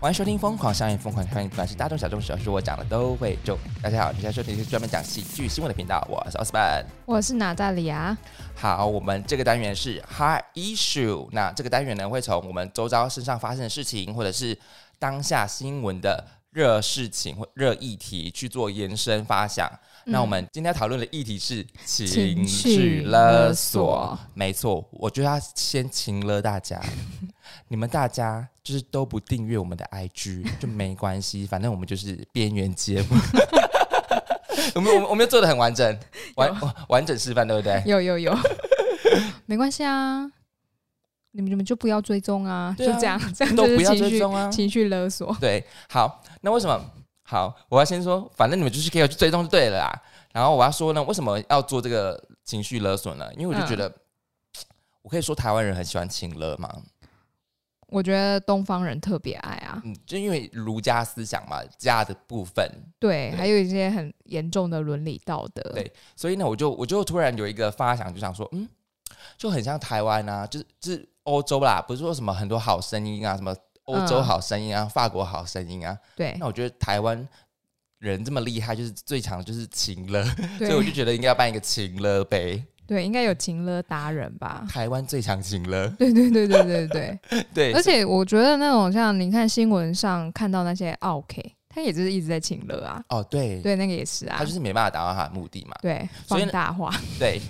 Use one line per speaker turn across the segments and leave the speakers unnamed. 欢迎收听《疯狂商业疯狂商业》，不管是大众小众，只要是我讲的都会中。大家好，我们现在收听是专门讲喜剧新闻的频道，我是奥斯本。
我是娜大里啊，
好，我们这个单元是 Hard Issue。那这个单元呢，会从我们周遭身上发生的事情，或者是当下新闻的热事情或热议题去做延伸发想。那我们今天要讨论的议题是嗯情绪勒
情绪勒索
索。没错，我觉得要先情勒大家， 你们大家就是都不订阅我们的 IG 就没关系， 反正我们就是边缘节目。 我们我们我们又做的很完整，完完整示范，对不对？
有 有有，没关系啊，你们你们就不要追踪啊，
对啊
就这样，这 样
都
就
不
是
要
情
追
绪、
踪啊。
情绪勒索。
对，好，那为什么？好，我要先说，反正你们就是可以去追踪就对了啦。然后我要说呢，为什么要做这个情绪勒索呢？因为我就
嗯
觉得，我可以说台湾人很喜欢情勒嘛，
我觉得东方人特别爱啊，
嗯，就因为儒家思想嘛，家的部分，
对，
对
还有一些很严重的伦理道德，
对所以呢，我就我就突然有一个发想，就想说，嗯，就很像台湾啊，就是就是欧洲啦，不是说什么很多好声音啊，什么欧洲
嗯
好声音啊，法国好声音啊，
对
那我觉得台湾人这么厉害，就是最强的就是情勒， 所以我
对
就觉得应该要办一个情勒杯，？
对，应该有情勒达人吧
台湾最强情勒。
对对对对对对，
对，
哦而且我觉得那种像你看新闻上看到那些 OK，他也就是一直在情勒啊，
哦对，
对，那个也是啊
他，就是没办法达到他的目的嘛。
对，
所以
放
呢
大化，
对，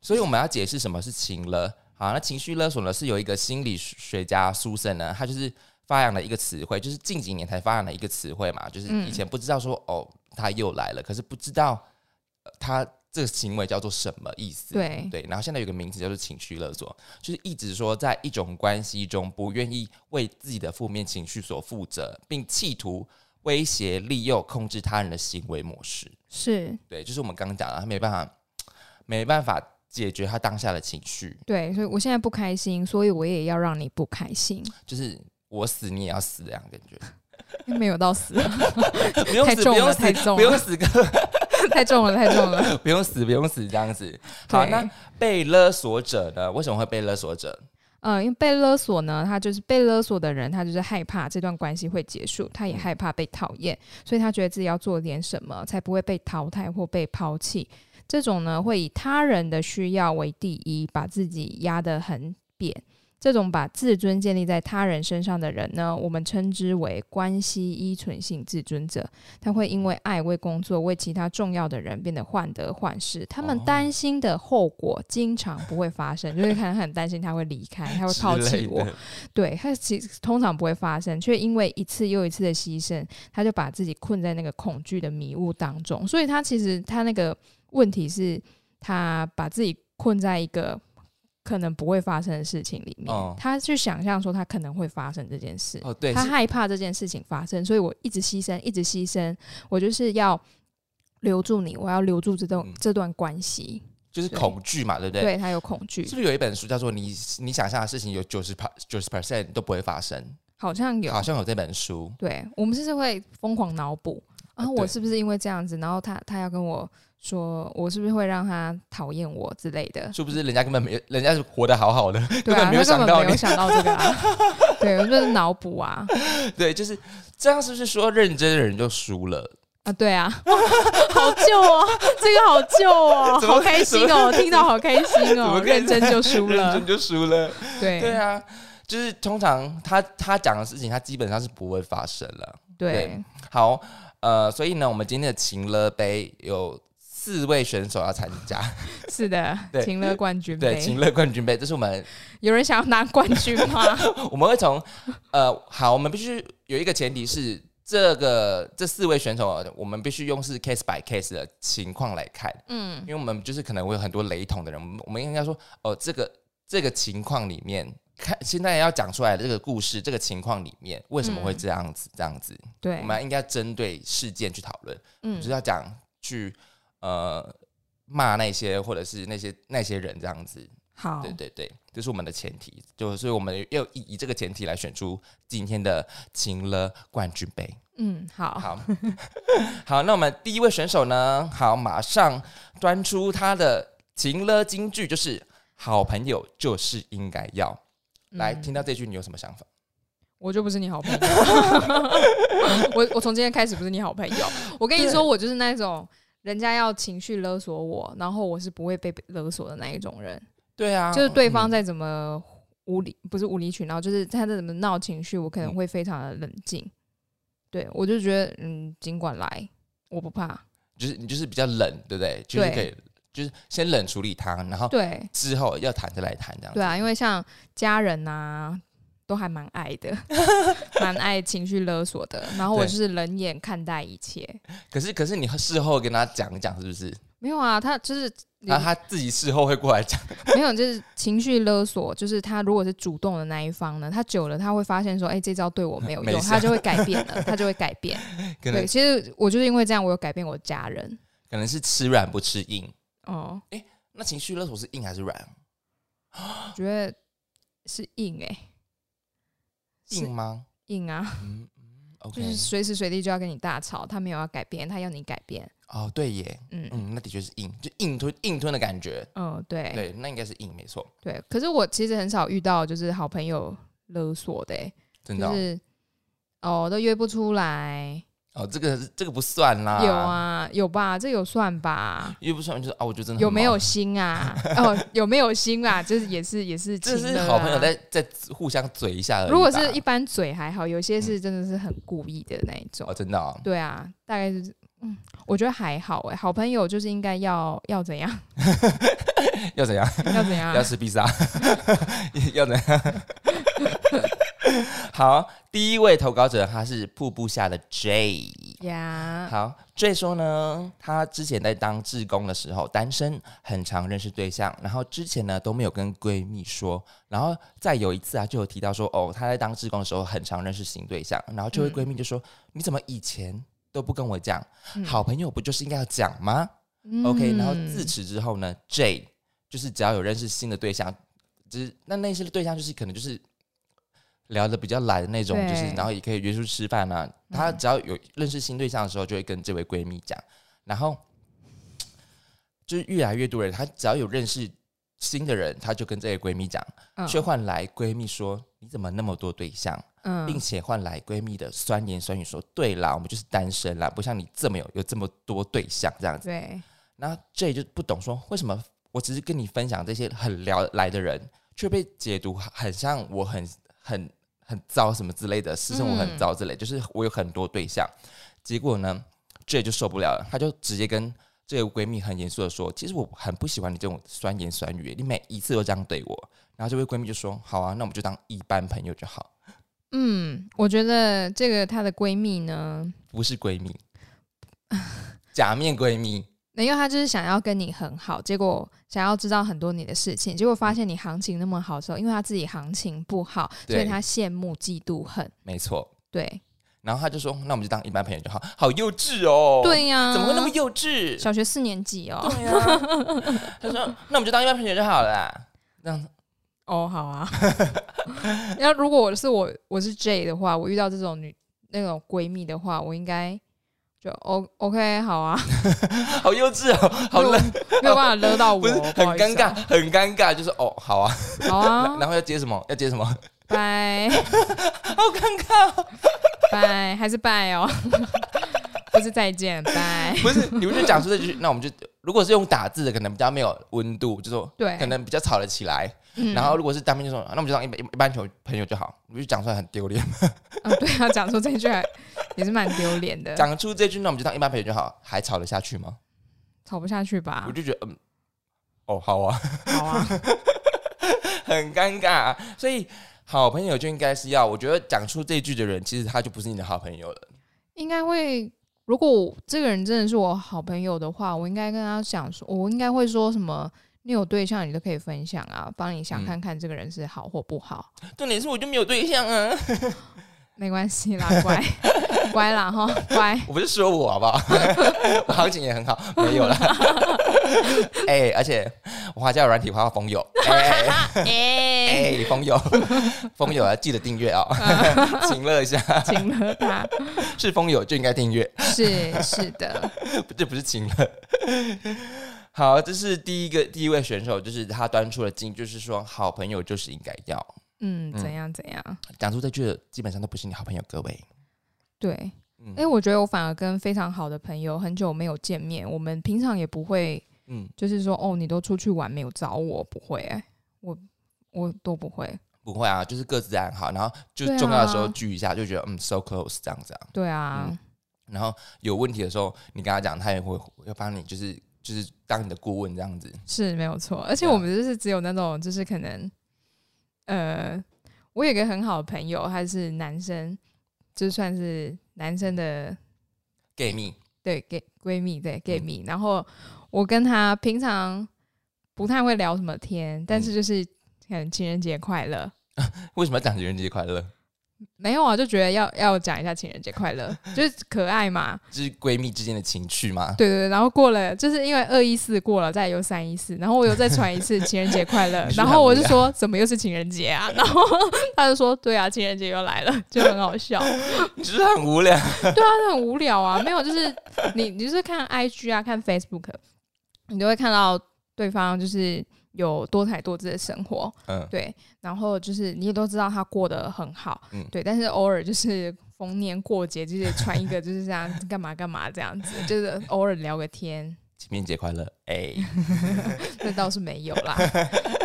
所以我们要解释什么是情勒。好，那情绪勒索呢，是有一个心理学家苏森呢，他就是发扬了一个词汇，就是近几年才发扬的一个词汇嘛，就是
嗯
以前不知道说、哦他又来了，可是不知道、呃他这个行为叫做什么意思。
对
对，然后现在有个名词叫做情绪勒索，就是一直说在一种关系中不愿意为自己的负面情绪所负责，并企图威胁、利诱、控制他人的行为模式。
是
对，就是我们刚刚讲的，他没办法，没办法解决他当下的情绪，
对，所以我现在不开心，所以我也要让你不开心。
就是我死你也要死的样感觉，
没有到死，
不用
太
死，
重
不用
了
死
太，重
不用死，
太重了，太重了。
不用死，不用死这样子。 好，
对
那被勒索者呢？为什么会被勒索者？
呃，因为被勒索呢，他就是被勒索的人，他就是害怕这段关系会结束，他
嗯
也害怕被讨厌，所以他觉得自己要做点什么，才不会被淘汰或被抛弃。这种呢，会以他人的需要为第一，把自己压得很扁。这种把自尊建立在他人身上的人呢，我们称之为关系依存性自尊者。他会因为爱、为工作、为其他重要的人变得患得患失。他们
哦
担心的后果经常不会发生， 就是可能很担心他会离开，他会抛
之
弃
类
我
的。。
对，他其实通常不会发生，却因为一次又一次的牺牲，他就把自己困在那个恐惧的迷雾当中。所以他其实他那个问题是，他把自己困在一个。可能不会发生的事情里面，
哦
他去想象说他可能会发生这件事，
哦，对，
他
是
害怕这件事情发生，所以我一直牺牲，一直牺牲，我就是要留住你，我要留住这段、
嗯
这段关系。
就是
对
恐惧嘛，对不对？
对他有恐惧
是，不是有一本书叫做你“你想象的事情有九十 per 九十 percent 都不会发生
好像”？有
好。像有这本书。
对我们就是会疯狂脑补，
啊
然后
对
我是不是因为这样子，然后他他要跟我说，我是不是会让他讨厌我之类 的？
是不是人家根本没，人家是活得好好的，
对
根
啊，
本没有
他
想
根
到
本没
你
有。想到这个 啊。对，我就是脑补啊
对，就是这样，是不是说认真的人就输了？
啊，对啊， 好旧哦，这个好旧哦，
怎么
好开心哦，听到好开心
怎么
哦，
可以
认真就输
认
了
真，就输了。
对
对啊，就是通常他他讲的事情，他基本上是不会发生了。对
对，
好，呃，所以呢，我们今天的情乐杯有四位选手要参加，
是的
对，
情乐冠军
对，
杯，
情乐冠军杯，这是我们
有人想要拿冠军吗？
我们会从呃，好，我们必须有一个前提是。这个这四位选手，我们必须用是 case by case 的情况来看，
嗯
因，为我们就是可能会有很多雷同的人，我们我们应该说，哦，这个这个情况里面，看现在要讲出来的这个故事，这个情况里面为什么会这样子、这样子，
嗯对
我，们应该针对事件去讨论，
嗯
就是要讲去呃骂那些或者是那些那些人这样子，
好
对，对对，这是我们的前提，就所以我们要以以这个前提来选出今天的情了冠军杯。
嗯，好，
好 好，那我们第一位选手呢？好，马上端出他的情了金句，就是“好朋友就是应该要”。来，
嗯
听到这句你有什么想法？
我就不是 你好朋友。我我从今天开始不是你好朋友。我跟你说，我就是那种人家要情绪勒索我，然后我是不会被勒索的那一种人。
对啊，
就是对方
嗯
再怎么无理，不是无理取闹，就是他再怎么闹情绪，我可
嗯
能会非常的冷静。对我就觉得，嗯，尽管来，我不怕。
就是你就是比较冷，对不对？就是
对
可以，就是先冷处理它，然后
对
之后要谈再来谈这样子。
对啊，因为像家人啊，都还蛮 爱的，蛮爱情绪勒索的。然后我
对
就是冷眼看待一切。
可是可是你事后跟他讲一讲，是不是？
没有啊，他就是
然后他自己事后会过来讲，
没有，就是情绪勒索，就是他如果是主动的那一方呢，他久了他会发现说，哎、这招对我没有
没
用，
效
他就会改变了，他就会改变。
可
对，
能
其实我就是因为这样，我有改变我家人。
可能是吃软不吃硬。
哦，
那情绪勒索是硬还是软？
我觉得是硬哎、是
硬吗？
硬啊，
嗯嗯，OK，
就是随时随地就要跟你大吵，他没有要改变，他要你改变。
哦，对耶，
嗯嗯
嗯，那的确是硬，就硬吞硬吞的感觉。
对
对，那应该是硬，没错，
对可是我其实很少遇到就是好朋友勒索的、欸，
真的
就
哦。
是哦都约不出来，
哦，这个这个不算啦，
有，啊有吧，这有算吧。
又不算就是啊，我就真的很
有没有
忙？
心 啊？哦，有没有心啊？就是也是也是情
这
勒、
是
啊，
好朋友在在互相嘴一下而已吧。嗯
如果是一般嘴还好，有些是真的是很故意的那一种。
哦，真的哦，
对啊，大概是嗯，我觉得还好哎、好朋友就是应该要要怎样
要怎样？
要怎样
要，吃披萨， 要怎样？ 好，第一位投稿者他是瀑布下的 J。
呀，
好，J 说呢，他之前在当志工的时候单身，很常认识对象，然后之前呢都没有跟闺蜜说，然后再有一次啊就有提到说，哦，他在当志工的时候很常认识新对象，然后这位
嗯
闺蜜就说，你怎么以前都不跟我讲？
嗯
好朋友不就是应该要讲吗？
嗯
OK，然后自此之后呢，J 就是只要有认识新的对象，就是那那些对象就是可能就是聊的比较来的那种，就是
对
然后也可以约出去吃饭啊。她
嗯
只要有认识新对象的时候，就会跟这位闺蜜讲，然后就是越来越多人，她只要有认识新的人，她就跟这位闺蜜讲，
嗯
却换来闺蜜说你怎么那么多对象，并
嗯
且换来闺蜜的酸言酸语说，对啦，我们就是单身啦，不像你这么有有这么多对象这样子。
对
然后 J 就不懂说，为什么我只是跟你分享这些很聊得来的人，却被解读很像我很很很糟什么之类的，私生活很糟之类，就是我有很多对象。结果呢，J 就受不了了，她就直接跟这个闺蜜很严肃的说：“其实我很不喜欢你这种酸言酸语，你每一次都这样对我。”然后这位闺蜜就说：“好啊，那我们就当一般朋友就好，
嗯，我觉得这个她的闺蜜呢，
不是闺蜜，假面闺蜜。
因为她就是想要跟你很好，结果想要知道很多你的事情，结果
嗯
发现你行情那么好的时候，因为她自己行情不好，所以
对
她羡慕嫉妒恨，”
没错。
对
然后她就说：“那我们就当一般朋友就好。”好幼稚哦。
对呀、
怎么会那么幼稚？
嗯小学嗯四年级哦？
对啊呀、他说：“那我们就当一般朋友就好了啦。”这样子
哦，好啊。 要如果我是我我是 J 的话，我遇到这种女那种闺蜜的话，我应该就 O OK 好啊，
好幼稚哦，好
没有
冷，
没有办法勒到 我，
不是
不
很
好意
尴
思
尬
啊，
很尴尬，就是哦，好啊，
好啊
然，然后要接什么？要接什么？
拜
好尴尬哦，
拜还是拜哦， 不是再见拜，
不是，你们就讲出这句，那我们就如果是用打字的，可能比较没有温度，就说
对
可能比较吵得起来。
嗯
然后如果是当面就说，那我们就当一般一般朋友朋友就好，你就讲出来很丢脸。
嗯对啊，讲出这句还也是蛮丢脸的，
讲出这句，那我们就当一般朋友就好，还吵得下去吗？
吵不下去吧
我？就觉得，嗯，哦，好啊。
好啊，
很尴尬。所以好朋友就应该是要，我觉得讲出这句的人，其实他就不是你的好朋友了。
应该会。如果我这个人真的是我好朋友的话，我应该跟他讲说，我应该会说什么？你有对象，你都可以分享啊，帮你想
嗯
看看这个人是好或不好，
重点是我就没有对象啊，
没关系啦，乖乖啦哈，乖。
我不是说我好不好？ 我行情也很好，没有啦。 哎、而且我花椒软体花风友，哎、
哎、
哎，风友，风友要记得订阅哦， 请乐一下，
请了他，
是风友就应该订阅，
是是的，
这不是请乐。好，这是第一个第一位选手，就是他端出了金，就是说好朋友就是应该要，
嗯，
嗯
怎样怎样，
讲出这句的基本上都不是你好朋友，各位。
对。
嗯
哎、我觉得我反而跟非常好的朋友很久没有见面，我们平常也不会，
嗯，
就是说哦，你都出去玩没有找我，不会、哎，我我都不会。
不会啊，就是各自安好，然后就
对啊
重要的时候聚一下，就觉得嗯，so close 这样子啊。
对啊，
嗯然后有问题的时候，你跟他讲，他也会会帮你，就是就是当你的顾问这样子。
是没有错，而且
对啊
我们就是只有那种，就是可能，呃，我有一个很好的朋友，他是男生，就算是男生的
gay 蜜，
对 gay 闺蜜，对
嗯
gay 蜜、然后我跟他平常不太会聊什么天，但
嗯
是就是可能情人节快乐，
为什么要讲情人节快乐？
没有啊，就觉得要要讲一下情人节快乐，就是可爱嘛，
这是闺蜜之间的情趣吗？
对对对，然后过了，就是因为二一四过了，再有三一四，然后我有再传一次情人节 快乐
你，是不是
然
很
后我
无
就
聊
说怎么又是情人节啊？ 然后他就说对啊，情人节又来了，就很好笑。
你是不是很无聊？
对啊，那很无聊啊，没有就是你你就是看 IG 啊，看 Facebook，你就会看到对方就是有多彩多姿的生活，
嗯，
对，然后就是你也都知道他过得很好，
嗯
对，但是偶尔就是逢年过节就是穿一个就是这样 干嘛干嘛这样子，就是偶尔聊个天。
情人节快乐，哎、
那倒是没有 啦。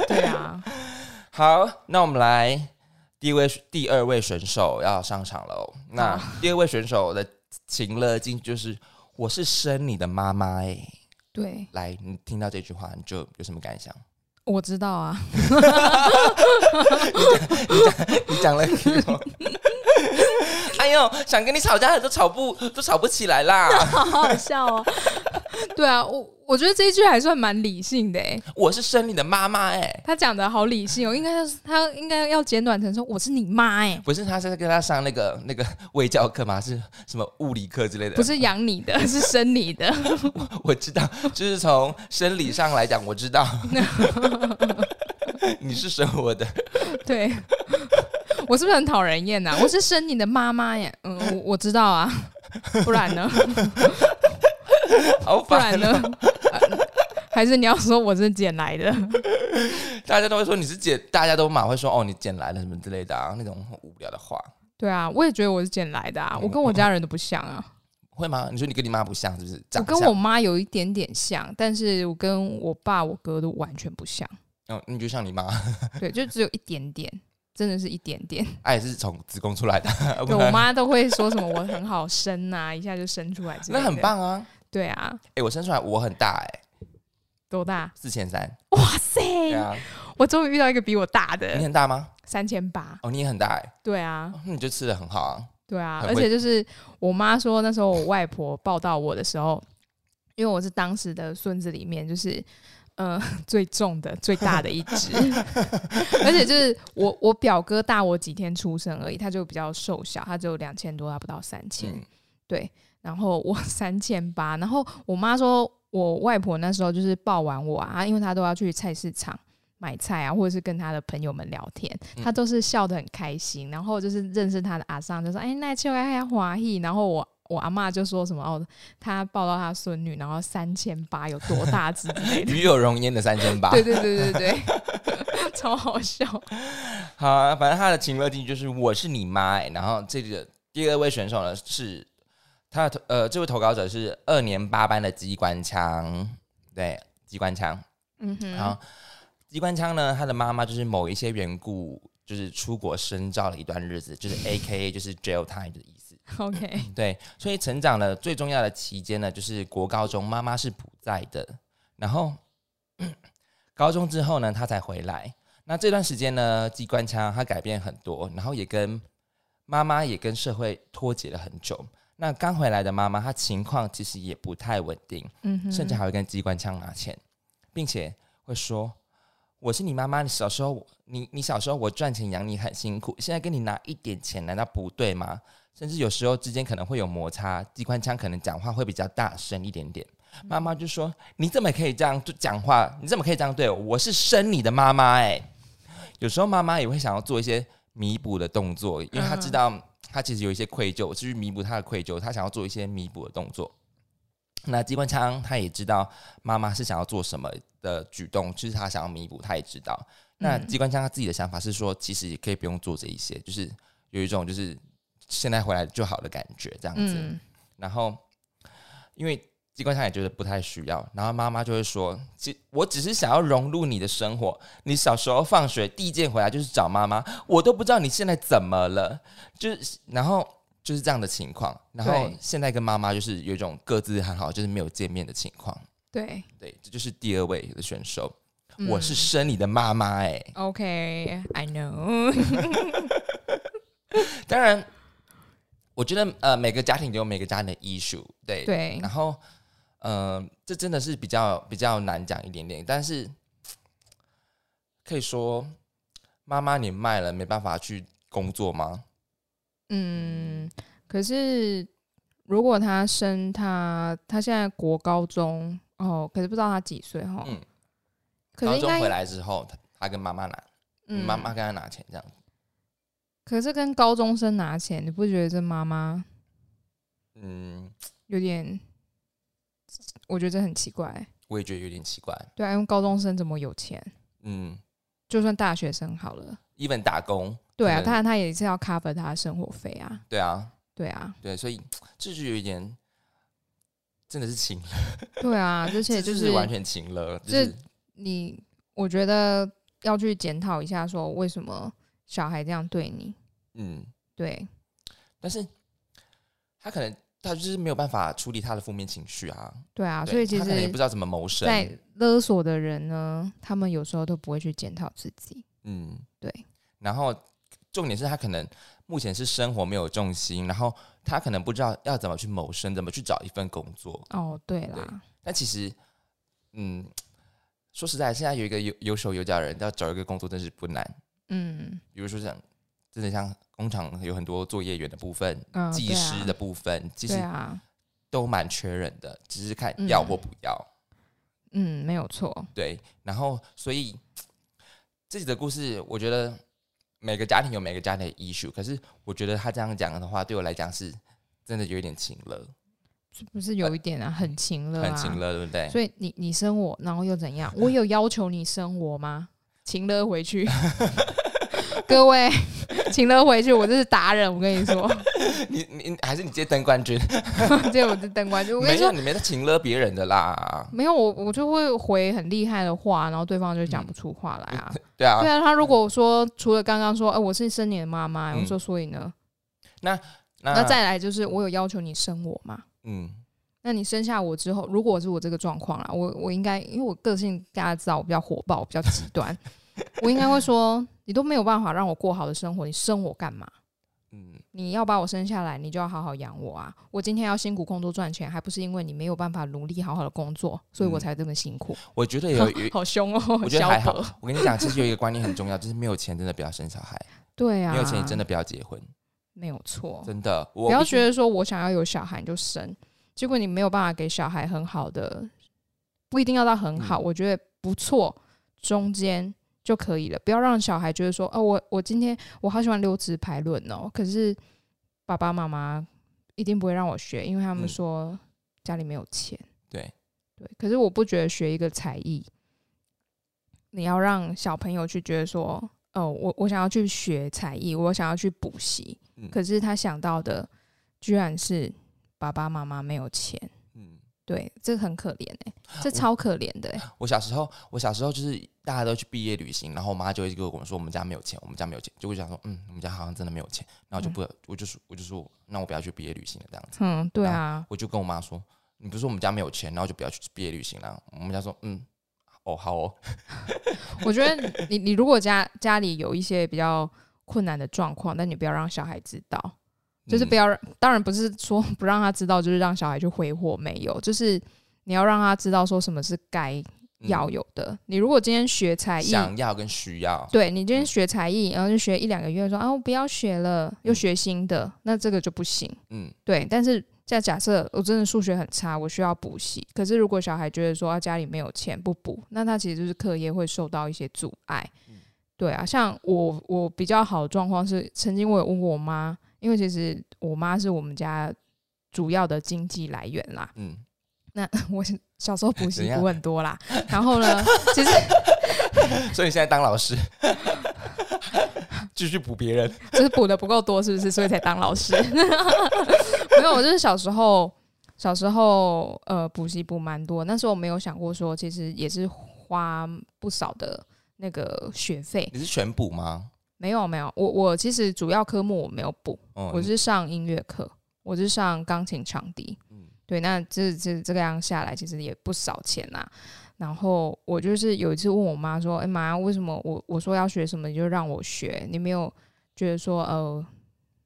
对啊，
好，那我们来第一位第二位选手要上场了哦。那第二位选手的情乐境就是我是生你的妈妈哎、
对，
来，你听到这句话你就有什么感想？
我知道啊，
你讲了以后， 哎呦，想跟你吵架的都吵不都吵不起来啦！
好好笑哦。对啊，我我觉得这一句还算蛮理性的诶，
我是生你的妈妈哎、
他讲的好理性哦，应该要是他应该要简短成说我是你妈欸诶，
不是他是在跟他上那个那个卫教课吗？是什么物理课之类的？
不是养你的，是生你的。
我知道，就是从生理上来讲，我知 道。你是生我的，
对，我是不是很讨人厌呐、啊我是生你的妈妈耶，嗯，我我知道啊，不然呢？
好
不
烦
然呢？呃 还是你要说我是捡来的？
大家都会说你是捡，大家都马会说哦，你捡来了什么之类的啊，那种很无聊的话，
对啊，我也觉得我是捡来的啊，我跟我家人都不像啊。
会吗？你说你跟你妈不像，是不是？
我
长
跟
相
我妈有一点点像，但是我跟我爸、我哥都完全不像，
哦，你就像你妈，
对，就只有一点点，真的是一点 点。
她也是从子宫出来的，
对我妈都会说什么我很好生啊，一下就生出来之类
那
的
很。棒啊！
对啊，
哎、我生出来我很大哎、
多大？
四千三，
哇塞！
对啊，
我终于遇到一个比我大
你
的，
很大吗？
三千八。
哦，你也很大哎、
对啊，
哦那你就吃的很好啊，
对啊，
很
而
会
且就是我妈说，那时候我外婆抱到我的时候，因为我是当时的孙子里面就是。呃，最重的、最大的一只，而且就是我我表哥大我几天出生而已，他就比较瘦小，他只有两千多，他不到三千、
嗯，
对，然后我 三千八，然后我妈说，我外婆那时候就是抱完我啊，因为她都要去菜市场买菜啊，或者是跟她的朋友们聊天，
嗯
她都是笑得很开心。然后就是认识她的阿桑就说：“哎，那秋哎呀华裔。”然后我我阿嬷就说什么哦，她抱到她孙女，然后三千八有多大只之类 的。
鱼有容焉的三 千八，
对对对对对， 超好 笑。
好、啊，反正他的情乐地就是我是你妈、欸，然后这个第二位选手呢是他的投呃，这位投稿者是二年八班的机关枪，对，机关枪，
嗯哼，
然后机关枪呢，他的妈妈就是某一些缘故，就是出国深造了一段日子，就是 A K A 就是 jail time 的意思，
OK，
对，所以成长的最重要的期间呢，就是国高中，妈妈是不在的，然后高中之后呢，他才回来。那这段时间呢，机关枪他改变很多，然后也跟妈妈也跟社会脱节了很久。那刚回来的妈妈，她情况其实也不太稳定，
嗯哼，
甚至还会跟机关枪拿钱，并且会说：“我是你妈妈，你小时候我你你小时候我赚钱养你很辛苦，现在跟你拿一点钱，难道不对吗？”甚至有时候之间可能会有摩擦，机关枪可能讲话会比较大声一点点。
嗯
妈妈就说：“你怎么可以这样就讲话？你怎么可以这样对我？我是生你的妈妈哎。”有时候妈妈也会想要做一些弥补的动作，因为她
嗯
知道她其实有一些愧疚，去弥补她的愧疚，她想要做一些弥补的动作。那机关枪他也知道妈妈是想要做什么的举动，就是他想要弥补，他也知道。那
嗯
机关枪他自己的想法是说，其实也可以不用做这一些，就是有一种就是现在回来就好的感觉这样子。
嗯
然后因为机关枪也觉得不太需要，然后妈妈就会说：“其我只是想要融入你的生活。你小时候放学第一件回来就是找妈妈，我都不知道你现在怎么了。”就是然后就是这样的情况。然后
对
现在跟妈妈就是有一种各自很好，就是没有见面的情况。
对，
对，这就是第二位的选手，
嗯
我是生你的妈妈哎、
OK，I know，
当然，我觉得呃每个家庭有每个家庭的 issue，对
对
然后，呃，这真的是比较比较难讲一点点，但是可以说，妈妈你卖了没办法去工作吗？
嗯，可是如果他生他，他现在国高中哦，可是不知道他几岁哈，
嗯
可
然
是
后中
应该
回来之后，他他跟妈妈拿，
嗯
妈妈跟他拿钱这样，
可是跟高中生拿钱，你不觉得这妈妈
嗯，
有点？我觉得这很奇怪。
我也觉得有点奇怪，
对啊，因为高中生怎么有钱？
嗯
就算大学生好了，
，even 打工，
对啊，
可能
当然他也是要 cover 他的生活费啊，
对啊，
对啊，
对，所以这就有一点。真的是情了，
对啊，而且
这
就是是
完全情了，就
这
是
你，我觉得要去检讨一下，说为什么小孩这样对你？
嗯，
对，
但是他可能他就是没有办法处理他的负面情绪啊，
对啊，
对
所以其
他可能也不
实，
知道怎么谋生。
在勒索的人呢，他们有时候都不会去检讨自己。
嗯，
对。
然后重点是他可能目前是生活没有重心，然后他可能不知道要怎么去谋生，怎么去找一份工作。
哦，对啦，
但其实，嗯，说实在，现在有一个有有手有脚的人，要找一个工作真是不难。
嗯
比如说像真的像工厂有很多作业员的部分、
嗯，
技
对
师
啊
的，部分，其
对
实
啊，
都蛮缺人的，只是看
嗯
要或不要。
嗯，没有错，
对，然后所以自己的故事，我觉得每个家庭有每个家庭的 issue，可是我觉得他这样讲的话，对我来讲是真的有一点情了，
是不是有一点啊，很勤了、啊，
呃很情了，对不对？
所以你你生我，然后又怎样？我有要求你生我吗？请了回去， 各位，请了回去，我这是达人，我跟你说，
你你还是你直接登冠军，
这我是灯光，就我跟
没啊
你
有
说，
你没在情了别人的啦，
没有我我就会回很厉害的话，然后对方就讲不出话来啊。
对嗯 啊。
对啊，他如果说除了刚刚说，哎、我是生你的妈妈，
嗯啊
我说所以呢，
那
那再来就是我有要求你生我嘛。
嗯
那你生下我之后，如果是我这个状况啦，啊我我应该因为我个性大家知道我比较火爆，比较极 端，我应该会说你都没有办法让我过好的生活，你生我干嘛？
嗯
你要把我生下来，你就要好好养我啊！我今天要辛苦工作赚钱，还不是因为你没有办法努力好好的工作，所以
嗯
我才这么辛苦。
我觉得有有，
好凶哦，
我
我
觉得还好。我跟你讲，其实有一个观念很重要，就是没有钱真的不要生小孩，
对啊，
没有钱你真的不要结婚，
没有错。
真的。我
不要
必须
觉得说我想要有小孩你就生，结果你没有办法给小孩很好的，不一定要到很好，
嗯
我觉得不错，中间就可以了。不要让小孩觉得说，哦，我我今天我好喜欢溜直排轮哦，可是爸爸妈妈一定不会让我学，因为他们
嗯
说家里没有钱。
对
对，可是我不觉得学一个才艺，你要让小朋友去觉得说，哦，我我想要去学才艺，我想要去补习，
嗯
可是他想到的居然是爸爸妈妈没有钱，
嗯。
对，这很可怜哎、
啊
这超可怜的、欸，
我小时候，我小时候就是大家都去毕业旅行，然后我妈就会跟我们说我们家没有钱，我们家没有钱，就会想说，嗯，我们家好像真的没有钱，然后我就不，我就说，我就说，那我不要去毕业旅行了这样子，
嗯，对啊，
我就跟我妈说，你不是说我们家没有钱，然后就不要去毕业旅行了，我们家说，嗯，哦，好哦，
我觉得你你 如果家家里有一些比较困难的状况，但你不要让小孩知道，就是不
要，
要让，当然不是说不让他知道，就是让小孩去挥霍，没有，就是你要让他知道说什么是该
嗯
要有的。你如果今天学才艺，
想嗯要跟需要，
对你今天学才艺，然后就学一两个月说啊，我不要学了，又学新的，那这个就不行。
嗯，
对，但是再假设我真的数学很差，我需要补习，可是如果小孩觉得说啊家里没有钱不补，那他其实就是课业会受到一些阻碍。
嗯
对啊，像我我比较好的状况是，曾经我有问过我妈，因为其实我妈是我们家主要的经济来源啦。
嗯，
那我是小时候补习
怎样
补很多啦，然后呢，其实
所以你现在当老师， 继续补别人。
就是补的不够多，是不是？所以才当老师。没有，我就是小时候，小时候呃补习补蛮多，那时候我没有想过说，其实也是花不少的那个学费。
你是全补吗？
没有没有，我我其实主要科目我没有补，
嗯
我是上音乐课，我是上钢琴、长笛。
嗯
对，那这这这个样下来，其实也不少钱呐、然后我就是有一次问我妈说：“哎、妈，为什么我我说要学什么，你就让我学？你没有觉得说呃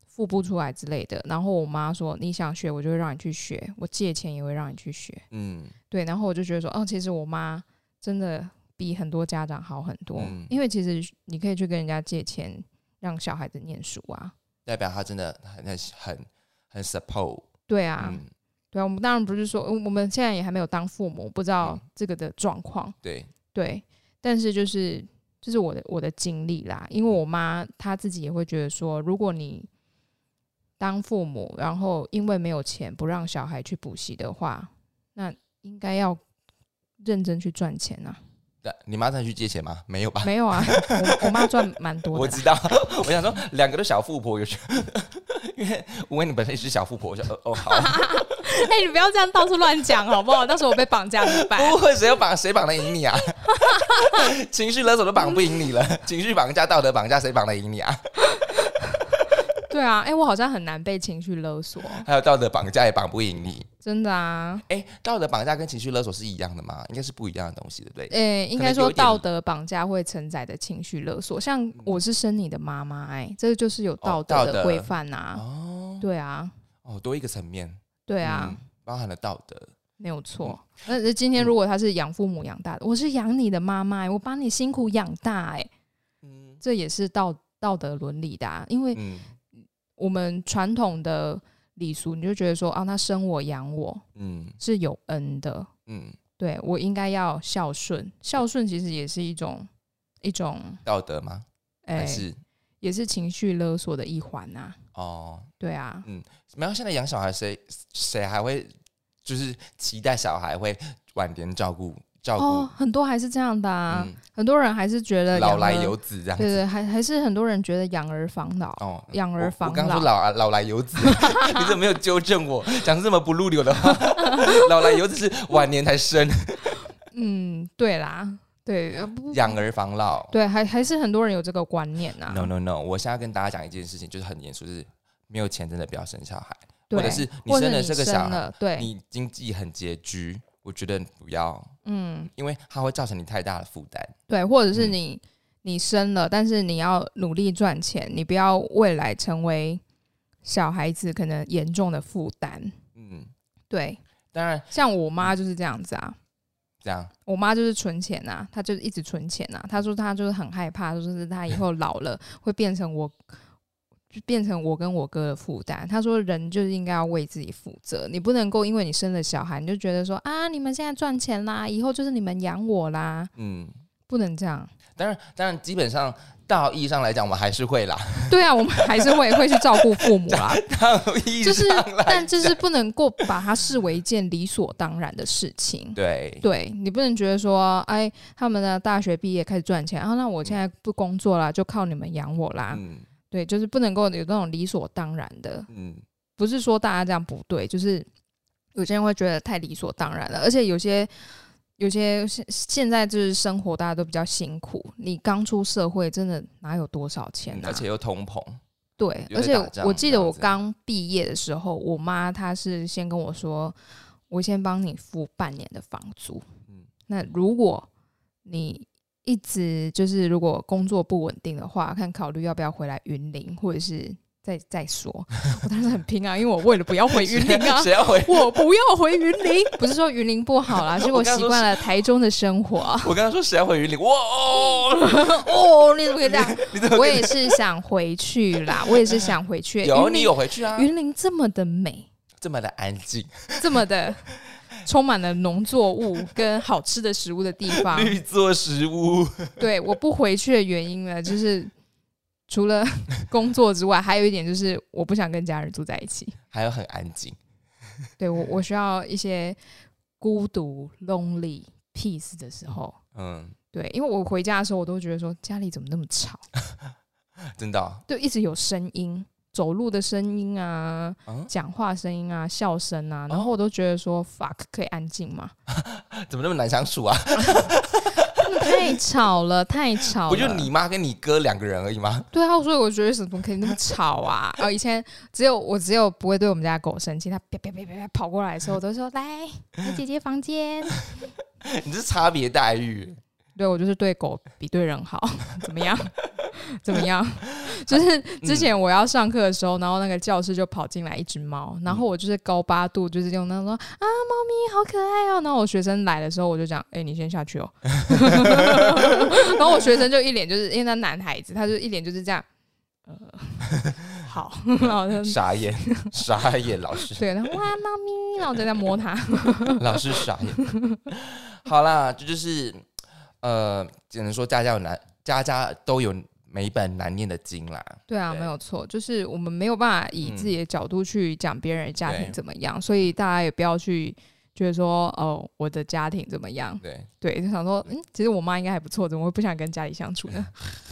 付不出来之类的？”然后我妈说：“你想学，我就会让你去学，我借钱也会让你去学。
嗯”
对，然后我就觉得说：“哦，其实我妈真的比很多家长好很多，
嗯
因为其实你可以去跟人家借钱让小孩子念书啊。
代表他真的很很很很 support。”
对啊，
嗯，
对啊，我们当然不是说，呃我们现在也还没有当父母，不知道
嗯
这个的状况。
对，
对，但是就是就是我的我的经历啦，因
嗯
为我妈她自己也会觉得说，如果你当父母，然后因为没有钱不让小孩去补习的话，那应该要认真去赚 钱啊。
但你妈再去借钱吗？没有吧？
没有啊，我我妈赚蛮多
我
的啦
知。道， 我想说两个都小富婆，有时 因为我你本身也是小富婆，我说哦哦好，
哎、你不要这样到处乱讲好不好？到时候我被绑架怎么办？
不会谁要绑谁绑得赢你啊？ 情绪勒索都绑不赢你了，情绪绑架、道德绑架，谁绑得赢你啊？
对啊，哎、我好像很难被情绪勒索，
还有道德绑架也绑不赢你。
真的啊。
哎、道德绑架跟情绪勒索是一样的吗？应该是不一样的东西，对不对？
呃、应
可
该
能
说
有一点嗯
道德绑架会承载的情绪勒索，像我是生你的妈妈、哎，这个就是有道
哦道
的
德
规范呐。
哦
对啊，
哦，多一个层面，
对啊，
嗯包含了道德。
没有错。那那今天如果他是养父母养大的，我是养你的妈妈、哎我把你辛苦养大、哎，
嗯
这也是道道德伦理的、啊，因为
嗯
我们传统的礼俗，你就觉得说啊，他生我养我
嗯
是有恩的，
嗯，
对我应该要孝顺，孝顺其实也是一种一种，
道德吗？
哎、
还是
也是情绪勒索的一环呐、
哦？
对啊，
没有，现在养小孩谁谁还会就是期待小孩会晚点照顾照顾？
哦，很多还是这样的啊，
嗯，
很多人还是觉得
老
养
来
儿
有子这样
对
子。
对，还还是很多人觉得养儿防老，
哦，
养儿
我
防
我刚说
老。
老啊老来有子， 你怎么没有纠正我？讲这么不入流的话， 老来有子是晚年才生，
嗯，对啦，对，呃不
养儿防老。
对，还还是很多人有这个观念啊呐、
No no no！我现在要跟大家讲一件事情，就是很严肃，就是没有钱真的不要生小孩，
对，
或者是你
或者
生了这个
生
小孩，
了，对，
你经济很拮据，我觉得不要，
嗯，
因为它会造成你太大的负担。
对，或者是
嗯
你、你生了，但是你要努力赚钱，你不要未来成为小孩子可能严重的负担。
嗯，
对，
当然
像我妈就是这样子啊，
这样，
我妈就是存钱呐、她就是一直存钱呐、她说她就是很害怕，就是她以后老了会变成我，就变成我跟我哥的负担。她说人就是应该要为自己负责，你不能够因为你生了小孩，你就觉得说啊，你们现在赚钱啦，以后就是你们养我啦，
嗯，
不能这样。
当然当然，基本上道义上来讲，我们还是 会啦，
对啊，我们还是会会去照顾父母啦，
道义
就是
上来，
但就是不能够把它视为一件理所当然的事情。
对，
对你不能觉得说，哎，他们的大学毕业开始赚钱，啊，那我现在不工作啦，就靠你们养我啦。
嗯
对，就是不能够有那种理所当然的，
嗯
不是说大家这样不对，就是有些人会觉得太理所当然了，而且有些。有些现现在就是生活，大家都比较辛苦。你刚出社会，真的哪有多少钱
嗯，
啊？
而且又通 膨，
对，
有
而且
在打仗
我记
这
得
样
我
子
刚毕业的时候，我妈她是先跟我说，我先帮你付半年的房租。
嗯，
那如果你一直就是如果工作不稳定的话，看考虑要不要回来云林，或者是再再说。我当时很拼啊，因为我为了不要回云林啊
谁要回？
我不要回云林，不是说云林不好 啦，是
我
我
刚
习
说。
惯了台中的生活
我刚刚说谁要回云林？哇哦，
哦，你怎么可以这样？
你怎么
我也是想回去啦，我也是想回去。
有
云林
你有回去啊？
云林这么的 美，
这么的安静，
这么的充满了农作物跟好吃的食物的地方，
绿做食物，
对，我不回去的原因呢，就是除了工作之外，还有一点就是我不想跟家人住在一起。
还有很安静。
对我，我需要一些孤独、lonely、peace 的时候，
嗯，
对，因为我回家的时候，我都觉得说家里怎么那么吵，
真的哦、
就一直有声音，走路的声音啊，
嗯，
讲话声音啊，笑声
哦
啊，然后我都觉得说、fuck 可以安静吗？
怎么那么难相处啊？
真的太吵了，太吵了。
不就你妈跟你哥两个人而已吗？
对啊，所以我觉得怎么可以那么吵 啊？哦，以前只有我只有不会对我们家狗生气，它啪啪啪啪啪跑过来的时候，我都说来来姐姐房间。
你是差别待遇，
对我就是对狗比对人好， 怎么样？怎么样？ 就是之前我要上课的时候，然后那个教室就跑进来一只猫，然后我就是高八度，就是用那种说啊，猫咪好可爱哦。然后我学生来的时候，我就讲，哎、你先下去哦。然后我学生就一脸就是因为他男孩子，他就一脸就是这样，呃， 好，然后他就
傻眼，傻眼，老师，
对，然后哇，猫咪，然后我就在摸它。
老师傻眼。 好啦，这就是呃，只能说家家有难，家家都有每一本难念的经啦。
对啊，
对
没有错，就是我们没有办法以
嗯
自己的角度去讲别人的家
对
庭怎么样，所以大家也不要去觉得说哦，我的家庭怎么样？
对，
对，就想说，嗯，其实我妈应该还不错，怎么会不想跟家里相处 呢？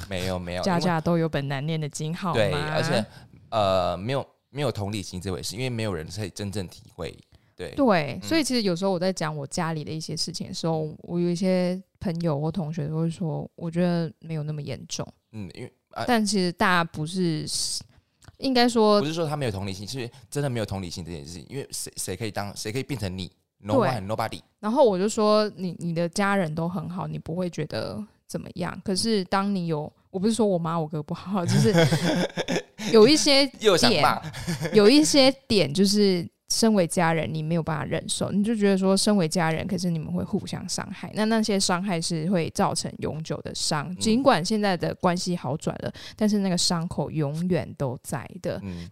没有没有，
家
嗯因为
家都有本难念的经，好吗？
对，而且呃，没有没有同理心这回事，因为没有人可以真正体会。对，
对，
嗯
所以其实有时候我在讲我家里的一些事情的时候，我有一些朋友或同学都会说，我觉得没有那么严重，
嗯，因为啊，
但其实大家不是，应该说
不是说他没有同理心，是真的没有同理心这件事情。因为谁谁可以当谁可以变成你？No
对
one, nobody。
然后我就说你你的家人都很好，你不会觉得怎么样。可是当你有，我不是说我妈我哥不好，就是 有一些
又想
点
骂，
有一些点，就是身为家人你没有办法忍受，你就觉得说身为家人，可是你们会互相伤害。那那些伤害是会造成永久的
嗯
伤，尽管现在的关系好转了，但是那个伤口永远都在的，
嗯，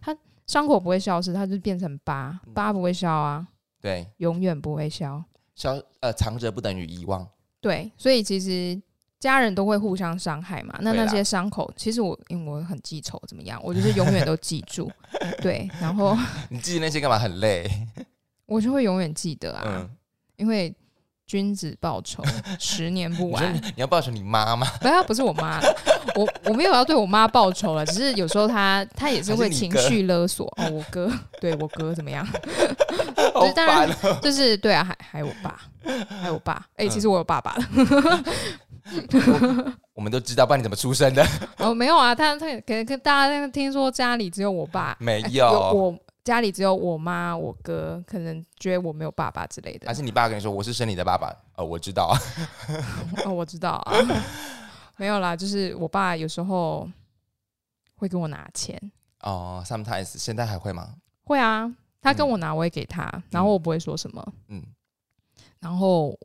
伤口不会消失，它就变成疤，疤不会消啊，
对，
永远不会消。
消呃藏着不等于遗忘，
对，所以其实家人都会互相伤害嘛。那
会啦
那些伤口，其实我因为我很记仇，怎么样，我就是永远都记 住。对，然后
你记那些干嘛？很累，
我就会永远记得啊，
嗯，
因为君子报仇，十年不
你说
晚
你。你要报仇你妈吗？
不要，不是我妈，我我没有要对我妈报仇了，只是有时候她她也是
还是
会
你
情
哥
绪勒索。哦，我哥，对我哥怎么 样？
好
当然
烦哦嗯
就是对啊，还还有我爸，还有我爸。哎、其实我有爸爸了。
我们都知道，不然你怎么出生的？
哦，没有啊，他他可能跟大家听说家里只有我爸，
没
哎
有
我家里只有我妈、我哥，可能觉得我没有爸爸之类的
还。是你爸跟你说我是生你的爸爸？哦，我知 道啊，
哦，我知道 啊，没有啦，就是我爸有时候会跟我拿钱，
哦，sometimes 现在还会吗？
会啊，他跟我拿，我也给他，然后我不会说什么，
嗯，
然后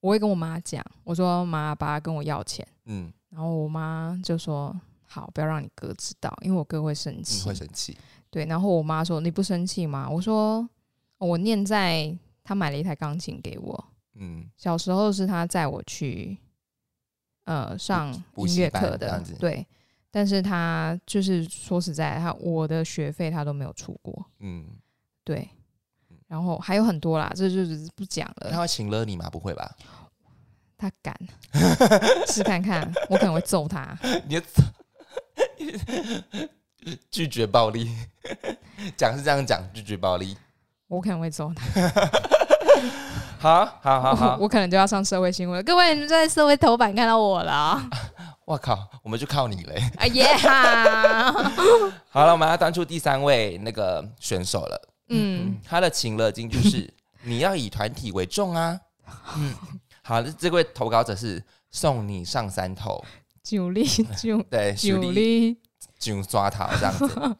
我会跟我妈讲，我说妈，爸跟我要钱，
嗯，
然后我妈就说。好，不要让你哥知道，因为我哥会生
你
气。
会生气，
对，然后我妈说：“你不生气吗？”我说：“哦我念在她买了一台钢琴给我，
嗯，
小时候是她载我去呃上
补
音
习
乐
班
课
这
的
样子，
对。但是她就是说实在，她我的学费她都没有出过，
嗯，
对
嗯。
然后还有很多啦，这就只是不讲了
他。会请了你吗？不会吧？
她敢试看看，我可能会揍她。
你 拒绝暴力， 讲是这样讲，拒绝暴力。
我可能会揍她，
好，好，好，
我
好，
我可能就要上社会新闻了。各位，你们在社会头版看到我了啊！
我靠，我们就靠你嘞。
啊耶哈！
好了，我们要端出第三位那个选手了。
嗯
嗯，，他的请乐金就是你要以团体为重啊。嗯，好，这这位投稿者是送你上山头，
九力 九
对，
九
秀丽
力，
就抓他这样子。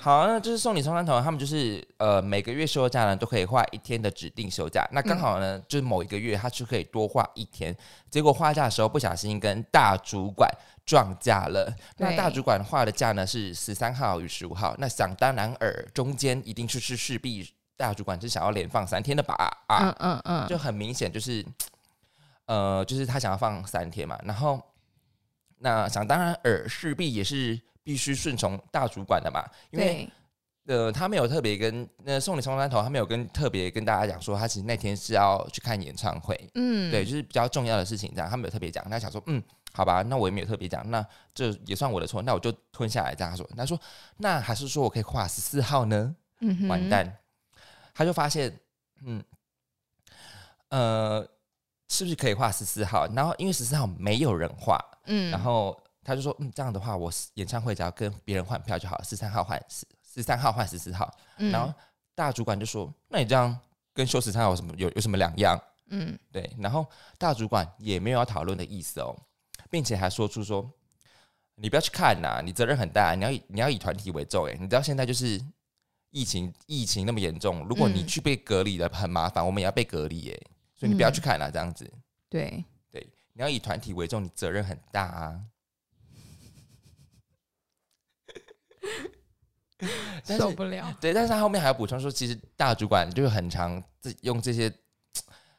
好，那就是送你上山头，他们就是呃每个月休假呢都可以花一天的指定休假，那刚好呢、就是某一个月他就可以多花一天，结果花假的时候不小心跟大主管撞架了。那
对
大主管画的假呢是十三号与十五号，那想当然尔中间一定是是势必大主管是想要连放三天的吧？啊，
嗯嗯嗯，
就很明显就是，呃，就是他想要放三天嘛，然后那想当然尔势必也是必须顺从大主管的嘛，因为
对
呃，他没有特别跟呃送你冲山头，他没有跟特别跟大家讲说，他其实那天是要去看演唱会，
嗯，
对，就是比较重要的事情这样，他没有特别讲。他想说，嗯，好吧，那我也没有特别讲，那这也算我的错，那我就吞下来。这样他说，他说那还是说我可以跨十四号呢？
嗯哼
完，蛋，他就发现，嗯，呃，是不是可以画十四号？然后因为十四号没有人画，
嗯，
然后他就说，嗯，这样的话，我演唱会只要跟别人换票就好，十三号换十十三号换十四号。
嗯，
然后大主管就说，那你这样跟修十三号有什么有有什么两样？
嗯
对，然后大主管也没有要讨论的意思哦，并且还说出说，你不要去看呐、你责任很大，你要以你要以团体为重哎，你知道现在就是疫情疫情那么严重，如果你
嗯
去被隔离了很麻烦，我们也要被隔离哎，所以你不要去
嗯
看啦、这样子，
对，
对，你要以团体为重，你责任很大啊。但是
受不了，
对，但是他后面还要补充说，其实大主管就是很常自用这些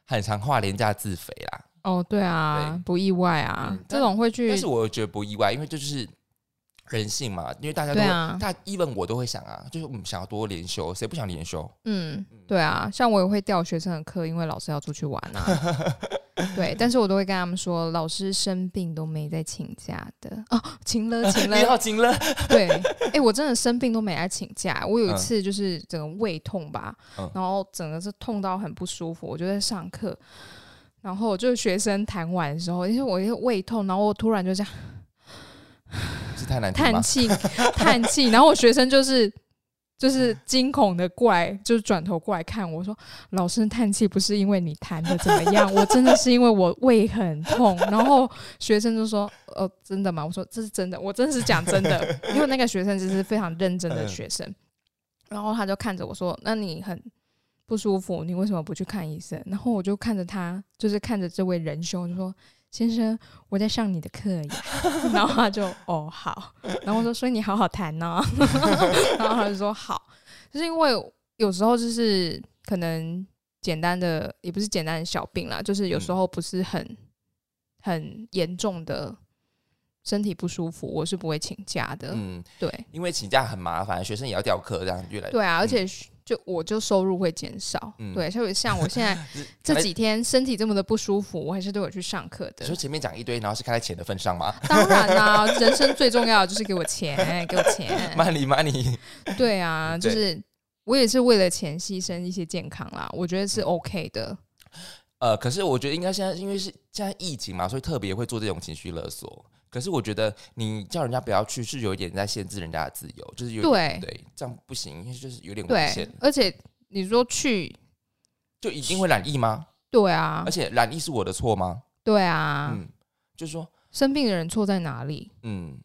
很常画廉价自肥啦，
哦，对啊，不意外啊
嗯，
这种会去
但是我觉得不意外，因为这就是人性嘛，因为大家都
对
会，
啊
大 even 我都会想啊，就是我们想要多连休，谁不想连休？
嗯，对啊，像我也会调学生的课，因为老师要出去玩 啊。对，但是我都会跟他们说，老师生病都没在请假的哦，请了 请
你好，
了。
晴 了，
对，哎、我真的生病都没来请假。我有一
嗯
次就是整个胃痛吧，
嗯
然后整个是痛到很不舒服，我就在上课，然后就是学生谈完的时候，因为我一个胃痛，然后我突然就这样
是太难听吗
叹？气， 叹气。然后我学生就是就是惊恐的过来，就是转头过来看我说：“老师叹气不是因为你弹的怎么样， 我真的是因为我胃很痛。”然后学生就说：“哦，真的吗？”我说：“这是真的，我真的是讲真 的。”因为那个学生就是非常认真的学生，
嗯
然后他就看着我说：“那你很。”不舒服，你为什么不去看医生？然后我就看着他，就是看着这位仁兄，就说：“先生，我在上你的课呀。” 然后他就：“哦，好。”然后我说：“所以你好好谈呢、 然后他就说：“好。”就是因为有时候就是可能简单的，也不是简单的小病啦，就是有时候不是很很严重的身体不舒服，我是不会请假的。
嗯，
对
因为请假很麻烦，学生也要调课，这样越来
对啊，
嗯
而且就我就收入会减少。
嗯
对，所以像我现在
是
这
哎
几天身体这么的不舒服，我还是都有去上课
你
的
说。前面讲一堆，然后是看在钱的份上吗
当然啦、 人生最重要的就是给我钱，给我钱。
？Money money，
对啊，
嗯
就
对
是我也是为了钱牺牲一些健康啦，我觉得
嗯
是 OK 的。
呃，可是我觉得应该现在因为是现在疫情嘛，所以特别会做这种情绪勒索。可是我觉得你叫人家不要去，是有一点在限制人家的自由，就是有
对
对，这样不行，因为就是有点危
对
险，，
而且你说去，
就一定会染疫吗？
对啊
而，且染疫是我的错吗？
对啊，
嗯，就是说，
生病的人错在哪里？
嗯，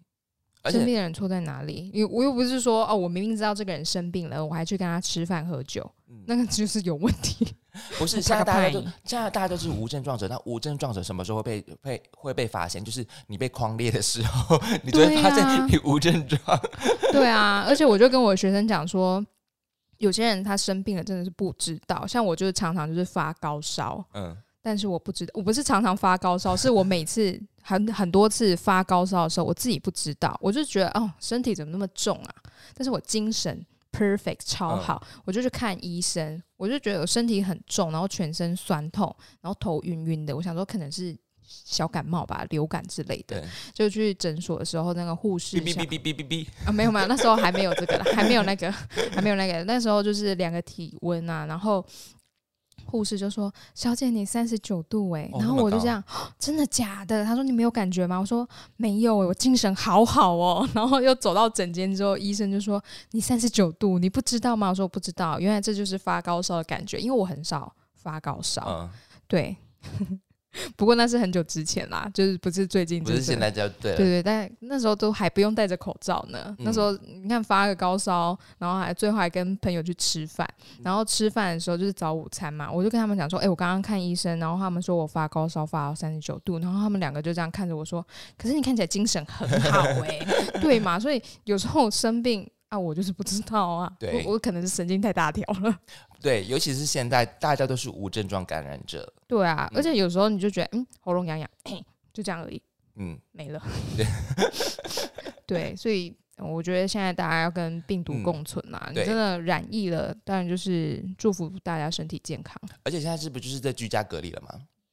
而
生
且
病的人错在哪里？因为我又不是说哦，我明明知道这个人生病了，我还去跟他吃饭喝酒，
嗯
那个就是有问 题。
不是
我
现在
怕
大家
怕
都
你
现在大家都是无症状者，那无症状者什么时候会被被会被发现？就是你被框列的时候， 你就会
对
发现
啊
你无症 状。
对啊，而且我就跟我学生讲说，有些人他生病了真的是不知道，像我就是常常就是发高烧，
嗯，
但是我不知道，我不是常常发高烧，是我每次很很多次发高烧的时候，我自己不知道，我就觉得哦，身体怎么那么重啊？但是我精神 perfect 超
嗯
好，我就去看医生，我就觉得我身体很重，然后全身酸痛，然后头晕晕的，我想说可能是小感冒吧，流感之类的，
对，
就去诊所的时候，那个护士
哔哔
小
哔哔哔哔哔，
啊，没有没有，那时候还没有这个啦， 还没有那个，还没有那个。那时候就是量个体温啊，然后护士就说：“小姐，你三十九度哎、
哦
然
那
后
么
我就
高
这样、真的假的？”他说：“你没有感觉吗？”我说：“没有哎、我精神好好哦。” 然后又走到诊间之后，医生就说：“你三十九度，你不知道吗？”我说：“不知道，原来这就是发高烧的感觉，因为我很少发高烧。
嗯，
对， 不过那是很久之前啦，就是不是最近，
不是现在就对
对
了。
对，但那时候都还不用戴着口罩呢。那
嗯
时候你看发个高烧，然后还最后还跟朋友去吃饭，
嗯
然后吃饭的时候就是早午餐嘛，我就跟他们讲说，哎、我刚刚看医生，然后他们说我发高烧发到三十九度，然后他们两个就这样看着我说，可是你看起来精神很 好哎、对嘛？所以有时候生病。啊，我就是不知道啊，
对
我我可能是神经太大条了，
对，啊尤其是现在大家都是无症状感染者，
对啊，
嗯
而且有时候你就觉得，嗯，喉 咙痒痒，就这样而已，
嗯，
没了。对，所以我觉得现在大家要跟病毒
嗯
共存啦，你
对
真的染疫了，当然就是祝福大家身体健康。
而且现在是不就是在居家隔离了吗？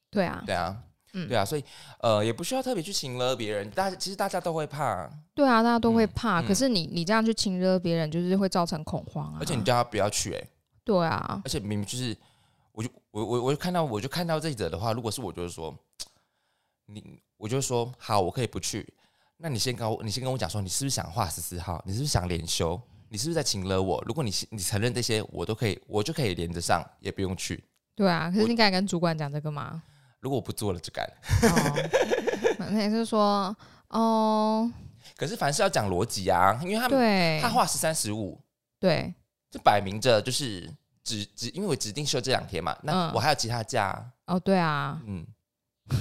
对啊，
对啊，
嗯
对啊，所以呃，也不需要特别去请了别人，大家其实大家都会怕，
对啊，大家都会
嗯
怕，
嗯
可是你你这样去亲热别人，就是会造成恐慌啊。
而且你叫他不要去、欸，
对啊，
而且明明就是，我就我我我就看到我就看到这一则的话，如果是我就是说，你我就说好，我可以不去。那你先跟我，你先跟我讲说，你是不是想画十四号？你是不是想连休？你是不是在请了我？如果你你承认这些，我都可以，我就可以连着上，也不用去。
对啊，可是
我
你敢跟主管讲这 个吗？
如果我不做了，就敢。
哦，那也是说，哦，
可是凡事要讲逻辑啊，因为他们
对
他，画十三十五，
对，
这摆明着就是指指，因为我指定休这两天嘛，那
嗯
我还有其他假啊，
哦，对啊，
嗯，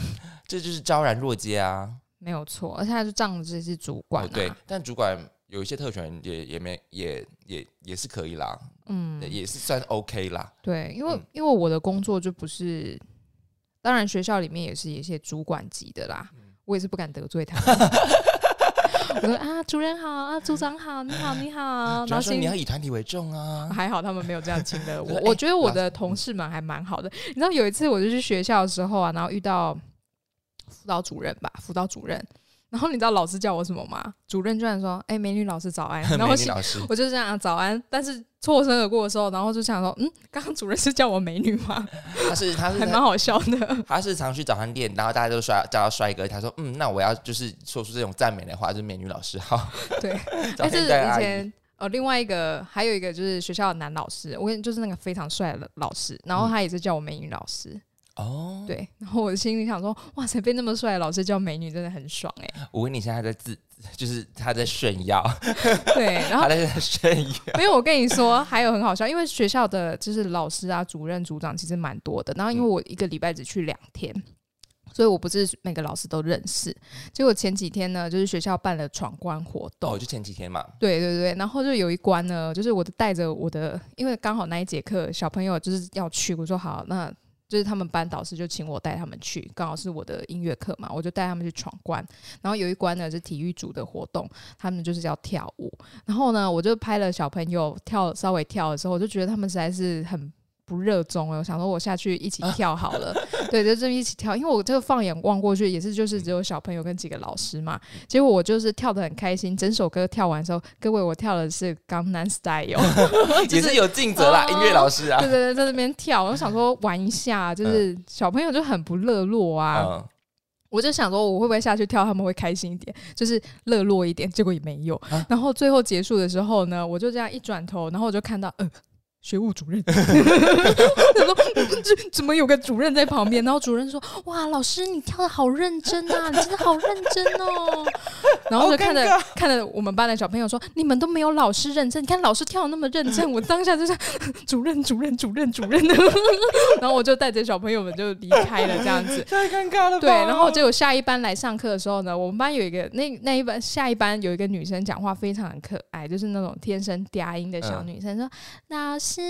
这就是昭然若揭啊。
没有错，而且他就仗着自己是主管、啊
哦，对，但主管有一些特权也也没也也也是可以啦，
嗯，
也是算 OK 啦。
对，因为、
嗯
因为我的工作就不是，当然学校里面也是一些主管级的啦，
嗯
我也是不敢得 罪他们。我说啊，主任好啊，组长好，你好你好，
嗯主
哦然后
要说
心
你要以团体为重啊，
还好他们没有这样亲 的
就
我
是。
我
哎
觉得我
老师
的同事们还蛮好的。你知道有一次我就去学校的时候啊，然后遇到辅导主任吧，辅导主任。然后你知道老师叫我什么吗？主任居然说：“哎、美女老师早安。” 然后
美
我
女
心
老 师，
我就这样、啊、早安，但是错身而过的时候，然后就想说：“嗯，刚刚主任是叫我美女吗？
他是他是
还蛮好笑 的。
他是常去早餐店，然后大家都帅叫他帅哥，他说嗯，那我要就是说出这种赞美的话，就是美女老师好。
对，
早
哎，
餐
这是
店
以
阿姨，
前呃，另外一个还有一个就是学校的男老师，我跟你就是那个非常帅的老师，然后他也是叫我美女老师。
哦，
对，然后我心里想说，哇塞，被那么帅的老师叫美女，真的很爽哎、
我问你现在在自，就是他在炫耀，
对，然后
他在炫耀，
没有，我跟你说，还有很好笑，因为学校的就是老师啊、主任、组长其实蛮多的，然后因为我一个礼拜只去两天。所以我不是每个老师都认识，结果前几天呢，就是学校办了闯关活动，
哦，就前几天嘛，
对对对，然后就有一关呢，就是我带着我的，因为刚好那一节课小朋友就是要去，我说好，那就是他们班导师就请我带他们去，刚好是我的音乐课嘛，我就带他们去闯关。然后有一关呢是体育组的活动，他们就是要跳舞。然后呢，我就拍了小朋友跳，稍微跳的时候，我就觉得他们实在是很。不热衷了，我想说我下去一起跳好了， 对，就这么一起跳，因为我这个放眼望过去也是就是只有小朋友跟几个老师嘛，结果我就是跳得很开心，整首歌跳完之后，各位我跳的是《江南 Style》，就哦
也
是
是有尽责啦，
哦
音乐老师啊
对对，对，在那边跳，我就想说玩一下，就是小朋友就很不热络啊，
嗯，
我就想说我会不会下去跳，他们会开心一点，就是热络一点，结果也没有。
啊
然后最后结束的时候呢，我就这样一转头，然后我就看到呃。学务主任， 他说嗯这怎么有个主任在旁边？然后主任说：“哇，老师你跳的好认真啊，你真的好认真哦。”然后就看着
好尴
看着我们班的小朋友说：“你们都没有老师认真，你看老师跳的那么认真。”我当下就想：“ 主任，主任，主任，主任。”然后我就带着小朋友们就离开了，这样子。
太尴尬了吧？
对，然后结果下一班来上课的时候呢，我们班有一个那那一班下一班有一个女生讲话非常很可爱，就是那种天生嗲音的小
嗯
女生，说老师，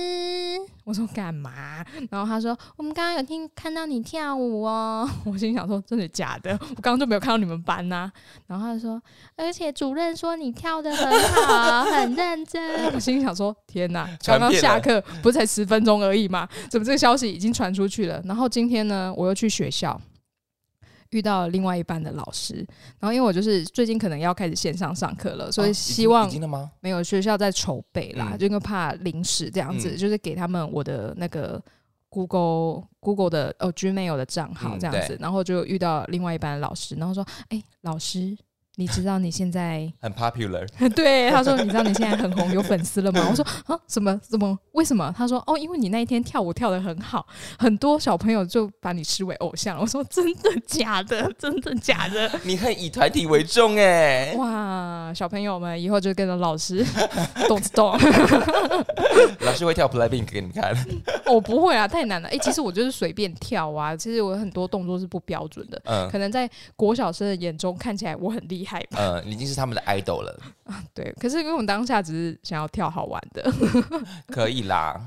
我说干嘛？然后她说我们刚刚有听看到你跳舞哦， 我心想说真的假的？我刚刚就没有看到你们班呐、然后她就说，而且主任说你跳的很好，很认真。 我心里想说天哪，刚
传
刚
遍
下
了
课不是才十分钟而已嘛，怎么这个消息已经传出去了？然后今天呢，我又去学校。遇到了另外一班的老师，然后因为我就是最近可能要开始线上上课了，所
哦
以
已经
希望
已经了吗？
没有学校在筹备啦，
嗯
就因为怕临时这样子，
嗯
就是给他们我的那个 Google Google 的呃 Gmail 的账号
嗯
这样子，然后就遇到另外一班老师，然后说：“哎、老师，你知道你 现在
很 popular，
对，他说：“你知道你现在很红，有粉丝了
嗯
吗？”我说：“啊，什么？怎么？为什么？”他说：“哦，因为你那一天跳舞跳得很好，很多小朋友就把你视为偶像。”我说：“真的假 的？真的假的？”
你很以团体为重哎、
哇，小朋友们以后就跟着老师 懂不懂？
老师会跳 Blackpink 给你看，
我不会啊，太难了。哎、其实我就是随便跳啊，其实我有很多动作是不标准的，
嗯
可能在国小生的眼中看起来我很厉害吧。
嗯，已经是他们的 idol 了，
对，可是因为我们当下只是想要跳好玩的，
欸可以啦。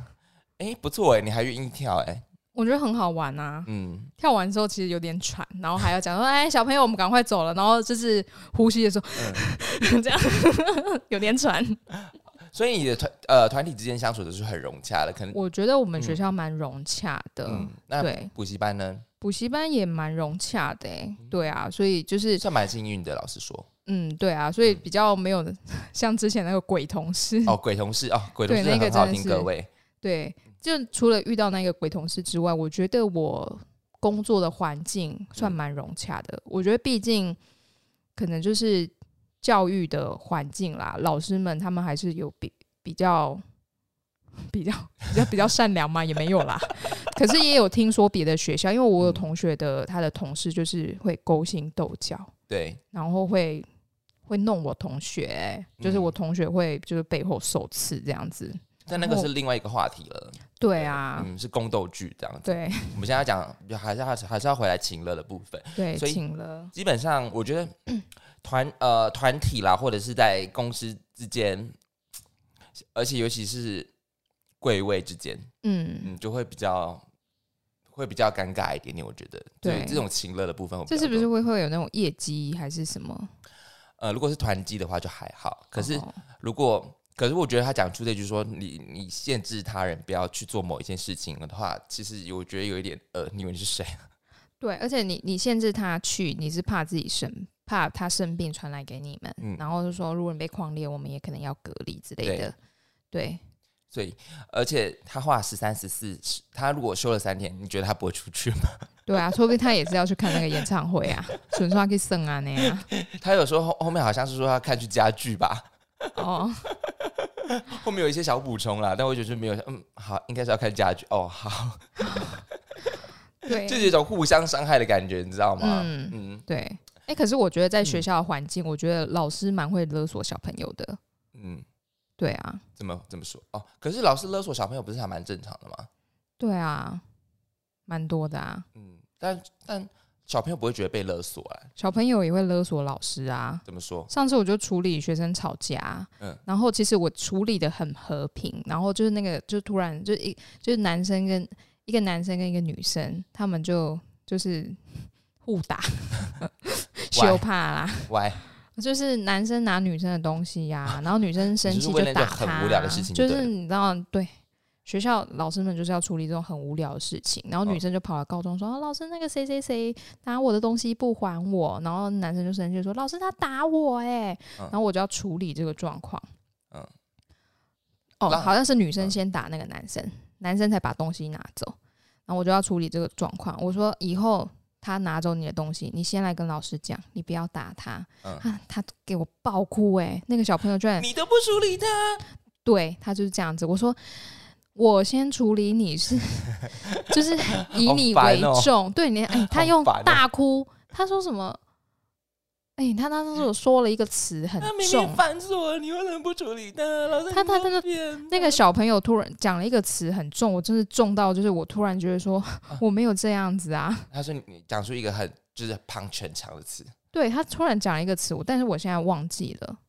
哎、不错哎、你还愿意跳哎、
我觉得很好玩啊。
嗯，
跳完之后其实有点喘，然后还要讲说：“哎，小朋友，我们赶快走了。”然后就是呼吸的时候、
嗯
这样有点喘。
所以你的团呃团体之间相处的是很融洽的，可能
我觉得我们学
嗯
校蛮融洽的，
嗯，那
对
补习班呢
补习班也蛮融洽的、欸。
嗯
对啊，所以就是
算蛮幸运的，老实说。
嗯，对啊，所以比较没有 像之前那个鬼同事，
哦，鬼同事哦，鬼同
嗯对
事
那个
很好
真
听，
的是
各位。
对，就除了遇到那个鬼同事之外，我觉得我工作的环境算蛮融洽的。我觉得毕竟可能就是教育的环境啦，老师们他们还是有比比较。比较比较比较善良嘛，也没有啦。 可是也有听说别的学校，因为我有
嗯
同学的他的同事就是会勾心斗角，
对，
然后会会弄我同学，欸就是
嗯
我同学会就是背后受刺这样子。
但那个
然
是
后
另外一个话题了。
哦对啊，
嗯，是宫斗剧这样子。
对
我们现在讲还是还是还是要回来情乐的部分。
对，
所以
请了，
基本上，我觉得 团呃团体啦，或者是在公司之间，而且尤其是贵位之间，
嗯，
嗯，就会比较会比较尴尬一点点。我觉得，就是
对
这种情乐的部分会比
这
较多，
是不是会会有那种业绩还是什么？
呃，如果是团机的话就还好，可是
哦
如果。可是我觉得他讲出这句说你你限制他人不要去做某一件事情的话，其实我觉得有一点呃，你以为你是谁？
对，而且你你限制他去，你是怕自己生，怕他生病传染给你们，
嗯
然后就说如果你被狂猎，我们也可能要隔离之类的。对，
所以而且他画十三十四，他如果休了三天，你觉得他不会出去吗？
对啊，说不定他也是要去看那个演唱会啊， 纯粹去送啊那样。
他有时候后后面好像是说他看去家具 吧，
哦，
后面有一些小补充啦，但我觉得是没有，嗯，好，应该是要看家具哦，好，
对，
就是一种互相伤害的感觉，你知道吗？嗯
嗯对，哎、可是我觉得在学校的环境，我觉得老师蛮会勒索小朋友的。
嗯，
对啊，
怎么怎么说？哦，可是老师勒索小朋友不是还蛮正常的吗？
对啊，蛮多的啊。
嗯，但但小朋友不会觉得被勒索啊？
小朋友也会勒索老师啊。
怎么 说？
上次我就处理学生吵架，啊
嗯
然后其实我处理的很和平，然后就是那个就突然就一就是男生跟一个男生跟一个女生，他们就就是互打， 羞怕啦，
喂，
就是男生拿女生的东西呀、 然后女生生气就
你是为了
打
那个
他、
很无聊的事情就
就
对了
是你知道，对学校老师们就是要处理这种很无聊的事情，然后女
嗯
生就跑来告状说：“啊老师，那个谁谁谁拿我的东西不还我。”然后男生就生气说：“老师，他打我哎、
嗯
然后我就要处理这个状况。
嗯
哦，
那
好像是女生
嗯
先打那个男生，男生才把东西拿走，然后我就要处理这个状况。我说以后他拿走你的东西，你先来跟老师讲，你不要打他。
嗯
啊，他给我爆哭哎、那个小朋友居然
你都不处理他，
对他就是这样子。我说我先处理 你是，就是以
好
你
烦
为
哦
重，对你哎、他
好
用
烦哦
大哭，他说什么？哎、他当时有说了一个词很
他明
重
明，烦死我了，你为什么不处理他？老师，
他
你
他
都
他就
变
那个小朋友突然讲了一个词很重，我真是重到就是我突然觉得说我没有这样子啊。
他说你你讲出一个很就是胖全场的词，
对他突然讲了一个词，我但是我现在忘记了，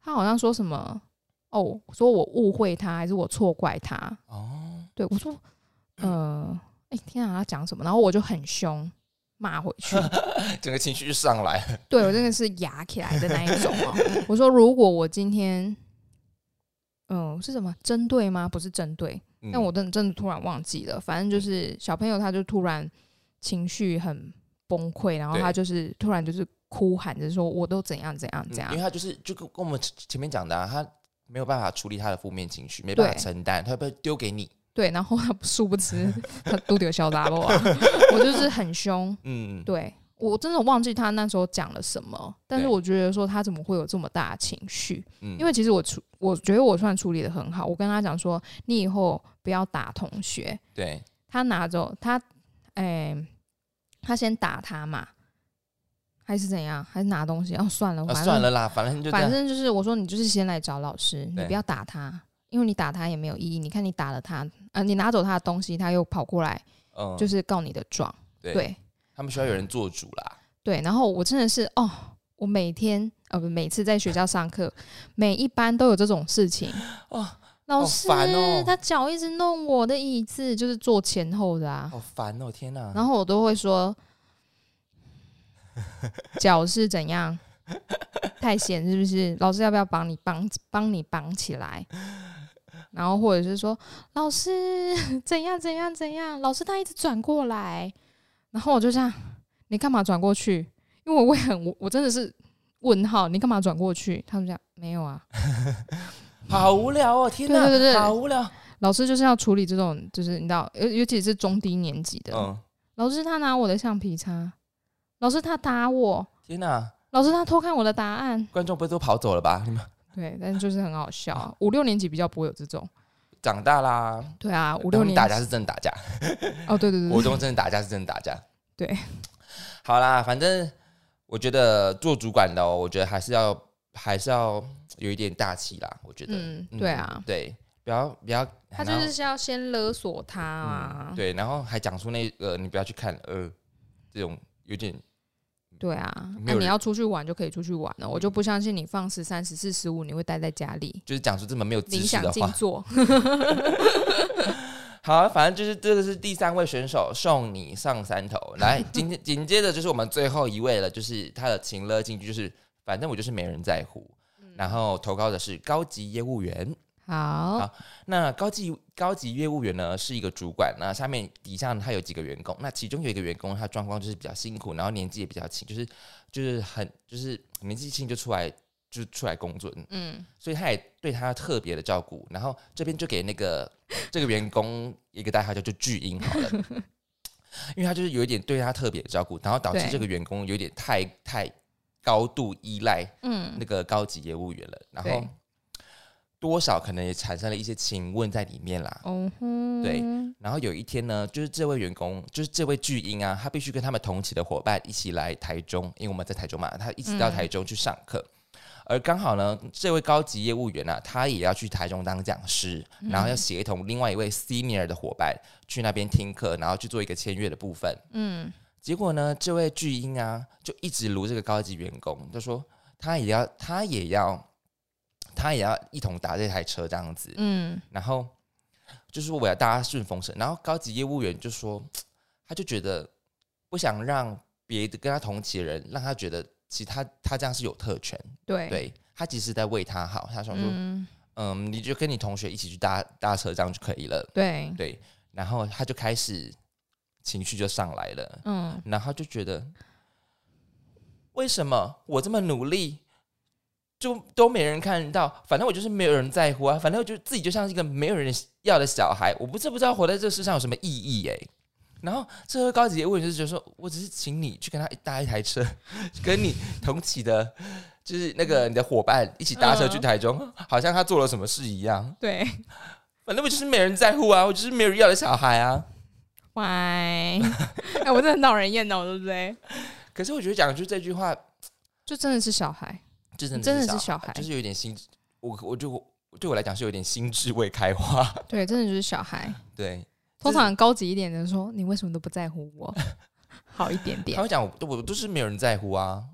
他好像说什么哦，说我误会他还是我错怪他？
哦，
对我说，呃，哎、天啊，他讲什么？然后我就很凶骂回去，
整个情绪就上来了，
对我真的是牙起来的那一种哦。我说如果我今天。嗯，是什么针对吗？不是针对，
嗯
但我真的真的突然忘记了，反正就是小朋友他就突然情绪很崩溃，然后
对
他就是突然就是哭喊着说我都怎样怎样
嗯
怎样
因为，他就是就跟跟我们前前面讲的、啊，他没有办法处理他的负面情绪，没办法
对
承担，他被丢给你，
对，然后他殊不 知他都丢小杂包啊， 我就是很凶，
嗯，
对我真的忘记他那时候讲了什么，但是
对
我觉得说他怎么会有这么大的情绪，
嗯
因为其实我处我觉得我算处理的很好，我跟他讲说你以后不要打同学，
对，
他拿走他，哎、他先打他嘛，还是怎样？还是拿东西？哦，算了，
啊
反正、
算了啦，反正就这
反
样，
正就是我说你就是先来找老师，你
对
不要打他，因为你打他也没有意义。你看你打了他，呃，你拿走他的东西，他又跑过来
嗯，
就是是告你的状，
对
对
他们需要有人做主啦，
对。然后我真的是哦，我哦每天呃不每次在学校上课，每一班都有这种事情，
哦，
老师，
好烦哦
他脚一直弄我的椅子，就是坐前后的啊。
好烦哦，天哪！
然后我都会说，脚是怎样？太闲是不是？老师要不要帮你绑帮你绑起来？然后或者是说，老师怎样怎样怎样？老师他一直转过来，然后我就这样，你干嘛转过去？因为我会很我我真的是问号，你干嘛转过去？他们讲没有啊，
好无聊哦，天哪，
对对对对
好无聊。
老师就是要处理这种，就是你知道，尤尤其是中低年级的，
嗯，
老师他拿我的橡皮擦，老师他打我，
天哪，
老师他偷看我的答案，
观众不会都跑走了吧？你们
对，但是就是很好笑啊、五六年级比较不会有这种，
长大啦，
对啊，
他
五六
们
年
打
级
架是真的打架，
哦，对对对
国
对，
中真的打架是真的打架。
对，
好啦，反正我觉得做主管的、哦，我觉得还是要还是要有一点大气啦。我觉得，
嗯，对啊，
对，不要不要，
他就
然后嗯
是要先勒索他啊，
对，然后还讲出那个你不要去看呃这种有点
对啊，
没
那、
有人
你要出去玩就可以出去玩了，我就不相信你放十三、十四、十五你会待在家里
就是讲出这么没有知
冥
识
想
的
静
话。
坐，
好啊，反正就是这个是第三位选手送你上山头。来，紧紧接着就是我们最后一位了，就是他的情勒金句，就是反正我就是没人在乎。
嗯
然后投稿的是高级业务员。
好，
好那高级高级业务员呢是一个主管，那下面底下呢他有几个员工，那其中有一个员工他状况就是比较辛苦，然后年纪也比较轻，就是就是很就是年纪轻就出来就出来工作，
嗯，
所以他也对他特别的照顾。然后这边就给那个这个员工一个代号叫做巨婴好了，因为他就是有一点对他特别的照顾，然后导致
对
这个员工有点太太高度依赖
嗯
那，个高级业务员了，然后
对
多少可能也产生了一些情问在里面啦。
哦哼，
对然后有一天呢，就是这位员工，就是这位巨婴啊，他必须跟他们同期的伙伴一起来台中，因为我们在台中嘛，他一起到
嗯
台中去上课。而刚好呢，这位高级业务员啊，他也要去台中当讲师，
嗯
然后要协同另外一位 senior 的伙伴去那边听课，然后去做一个签约的部分。
嗯，
结果呢，这位巨婴啊，就一直撸这个高级员工，就说他也要，他也要，他也要一同打这台车这样子。
嗯，
然后就说我要大家顺风顺，然后高级业务员就说，他就觉得不想让别的跟他同级的人让他觉得，其实他他这样是有特权，
对，
对他其实在为他好，他想说，嗯
嗯，
你就跟你同学一起去搭搭车这样就可以了，
对，
对，然后他就开始情绪就上来了，
嗯，
然后他就觉得，为什么我这么努力，就都没人看到？反正我就是没有人在乎啊，反正我就自己就像是一个没有人要的小孩，我不知不知道活在这世上有什么意义哎、然后这位高级业务员就是觉得说，我只是请你去跟他搭一台车， 跟你同起的，就是那个你的伙伴一起搭车去
嗯
台中，好像他做了什么事一样。
对，
反正我就是没人在乎啊，我就是没有人要的小孩啊。
喂， 哎、我真的很讨人厌哦，对不对？
可是我觉得讲出这句话，
就真的是小孩，
就真的
真的
小
是
孩
小孩，
就是有点心，我我就对我来讲是有点心智未开化。
对，真的就是小孩。
对，
通常高级一点的说，你为什么都不在乎我？ 好一点点
他，会讲我我都是没有人在乎啊。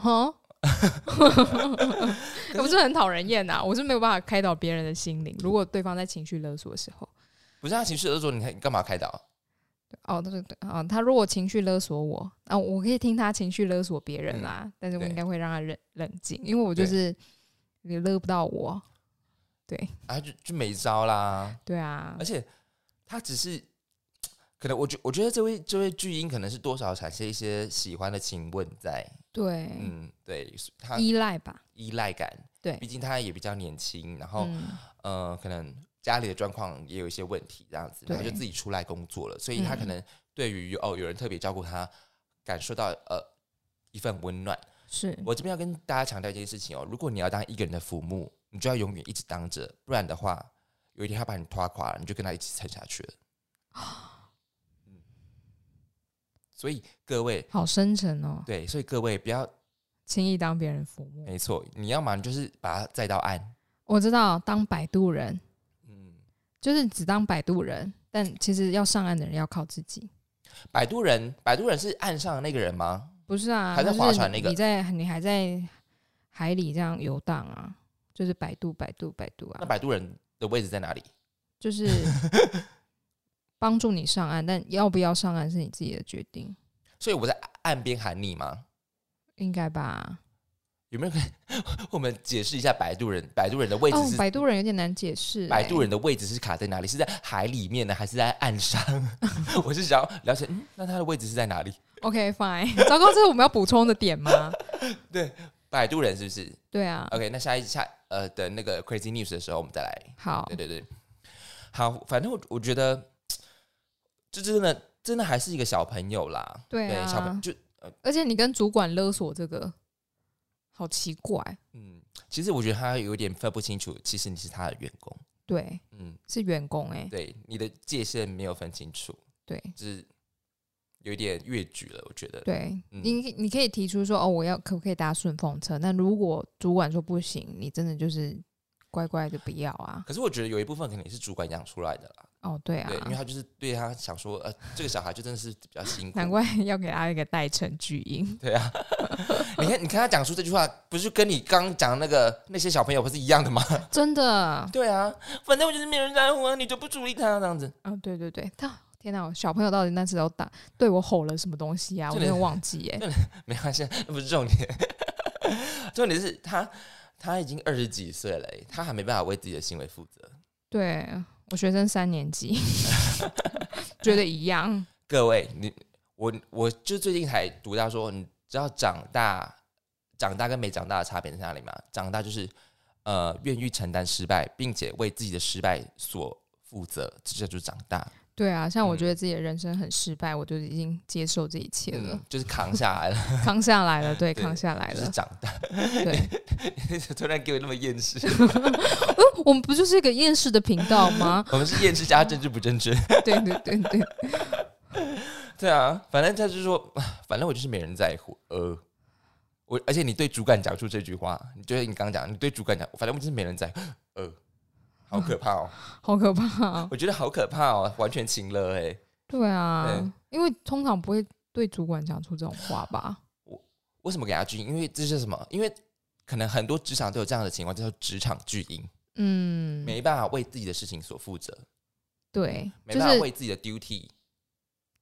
哼。我是很讨人厌呐、我是没有办法开导别人的心灵。如果对方在情绪勒索的时候，
不是他情绪勒索，你看你干嘛开导？
哦，对对对，哦，他如果情绪勒索我，啊、我可以听他情绪勒索别人啦、但是我
嗯对
应该会让他冷冷静，因为我就
对
是你勒不到我。
啊，就就没招啦。
对啊
而，且他只是，可能我觉我觉得这位这位巨婴可能是多少产生一些喜欢的情问在，
对，
嗯，对，他
依赖吧，
依赖感，
对
毕竟他也比较年轻，然后
嗯，
呃，可能家里的状况也有一些问题，这样子，
对
他就自己出来工作了，所以他可
嗯
能对于、哦有人特别照顾他，感受到呃一份温暖。
是，
我这边要跟大家强调一件事情哦，如果你要当一个人的父母，你就要永远一直当着，不然的话，有一天他把你拖垮了，你就跟他一起撑下去了。嗯所以各位，
好深沉哦，
对，所以各位不要，
轻易当别人父母。
没错，你要嘛你就是把他载到岸，
我知道当摆渡人
嗯，
就是只当摆渡人，但其实要上岸的人要靠自己。
摆渡人，摆渡人是岸上的那个人吗？
不是啊，
还在
就是
划船那个
你在你还在海里这样游荡啊，就是摆渡摆渡摆渡
那
啊，
摆渡人的位置在哪里？
就是 帮助你上岸，但要不要上岸是你自己的决定，
所以我在岸边喊你吗？
应该吧？
有没有可能我们解释一下摆渡人摆渡人的位置
哦
是，
摆渡人有点难解释、
摆渡
欸
人的位置是卡在哪里？是在海里面呢，还是在岸上？ 我是想要了解，嗯，那它的位置是在哪里？
OK fine，糟 糕，这是我们要补充的点吗？
摆渡人是不是
对啊，
？OK，那下一下呃的那个 Crazy News 的时候，我们再来。
好
对，对对，好，反正我我觉得这真的真的还是一个小朋友啦，
对啊
小朋就
而且你跟主管勒索这个，好奇怪，
嗯，其实我觉得他有点分不清楚，其实你是他的员工，
对，
嗯，
是员工哎、
对，你的界限没有分清楚，
对
就是有一点越矩了，我觉得，
对，
嗯
你你可以提出说哦，我要可不可以搭顺风车？但如果主管说不行，你真的就是乖乖的不要啊。
可是我觉得有一部分可能也是主管养出来的啦，
哦，对啊
对，，因为他就是对他想说，呃，这个小孩就真的是比较辛苦，
难怪要给他一个代称巨婴。
对啊， 你看，你看他讲出这句话，不是跟你刚讲那个那些小朋友不是一样的吗？
真的，
对啊，反正我就是没有人在乎啊，你就不注意他这样子。
啊，对对对，他天哪，小朋友到底那时候打对我吼了什么东西啊？我
重
没
点
有忘记哎、
没关系，那不是重点， 重点是他他已经二十几岁了欸，他还没办法为自己的行为负责。
对我学生三年级， 觉得一样。
各位，你我我就最近才读到说，你知道长大长大跟没长大的差别在哪里吗？长大就是呃愿意承担失败，并且为自己的失败所负责，这就是长大。
对啊，像我
嗯
觉得自己的人生很失败，我就已经接受这一切了
嗯，，就是扛下来了，
扛下来了，对，
对
扛下来
就是
了。
长大。
对，
突然给我那么厌世，
我们不就是一个厌世的频道
？
吗
我们是厌世加政治不正确。
对对对对，
对啊，反正他就说， 啊反正我就是没人在乎。呃，我而且你对主管讲出这句话，你觉得你刚刚讲，你对主管讲，反正我就是没人在乎。呃，好可怕哦，
好可怕、啊。
我觉得好可怕哦，完全情了哎、
对啊
对，
因为通常不会对主管讲出这种话吧？
为什么给他巨婴？因为这是什么？因为可能很多职场都有这样的情况，叫做职场巨婴，
嗯，
没办法为自己的事情所负责，
对，
没
就
办法
是
为自己的 duty。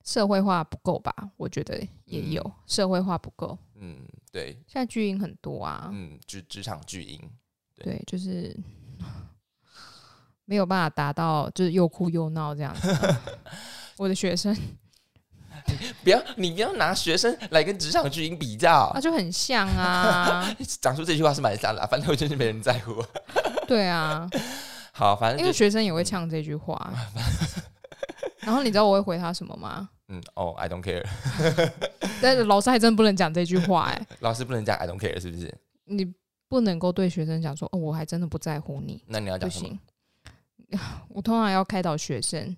社会化不够吧？我觉得也有、社会化不够，
嗯，对，
现在巨婴很多啊，
嗯，职职场巨婴。
对，就是 没有办法达到，就是又哭又闹这样 子啊。我的学生
不要，你不要拿学生来跟职场巨婴比较
啊，。就很像啊，
讲出这句话是蛮伤的啊，反正我就是没人在乎。
对啊，
好，反
因
正就
为
是
学生也会呛这句话。然后你知道我会回他什么吗？
嗯，哦，I don't care，
但是老师还真不能讲这句话哎、
老师不能讲 I don't care 是不是？
你不能够对学生讲说哦，我还真的不在乎你，
那你要
不
讲什么？
行。 我通常要开导学生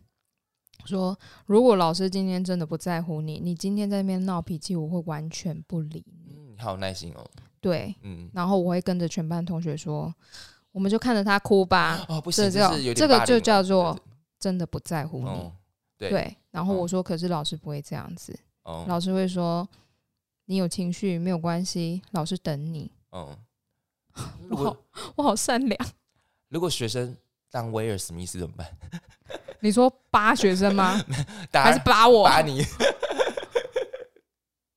说，如果老师今天真的不在乎你，你今天在那边闹脾气，我会完全不理你。
嗯，你好有耐心哦。
对，
嗯，
然后我会跟着全班同学说，我们就看着他哭吧，
哦，不
这
行，
叫
是有点
这个
霸凌
就
了
叫做嗯
对
真的不在乎你。
哦，对
对，然后
嗯
我说，可是老师不会这样子，
哦，
老师会说。你有情绪没有关系，老师等你。
哦。如
我
果
好，我好善良。
如果学生当威尔史密斯怎么办？
你说扒学生吗？
大
还是
家
扒我？
把你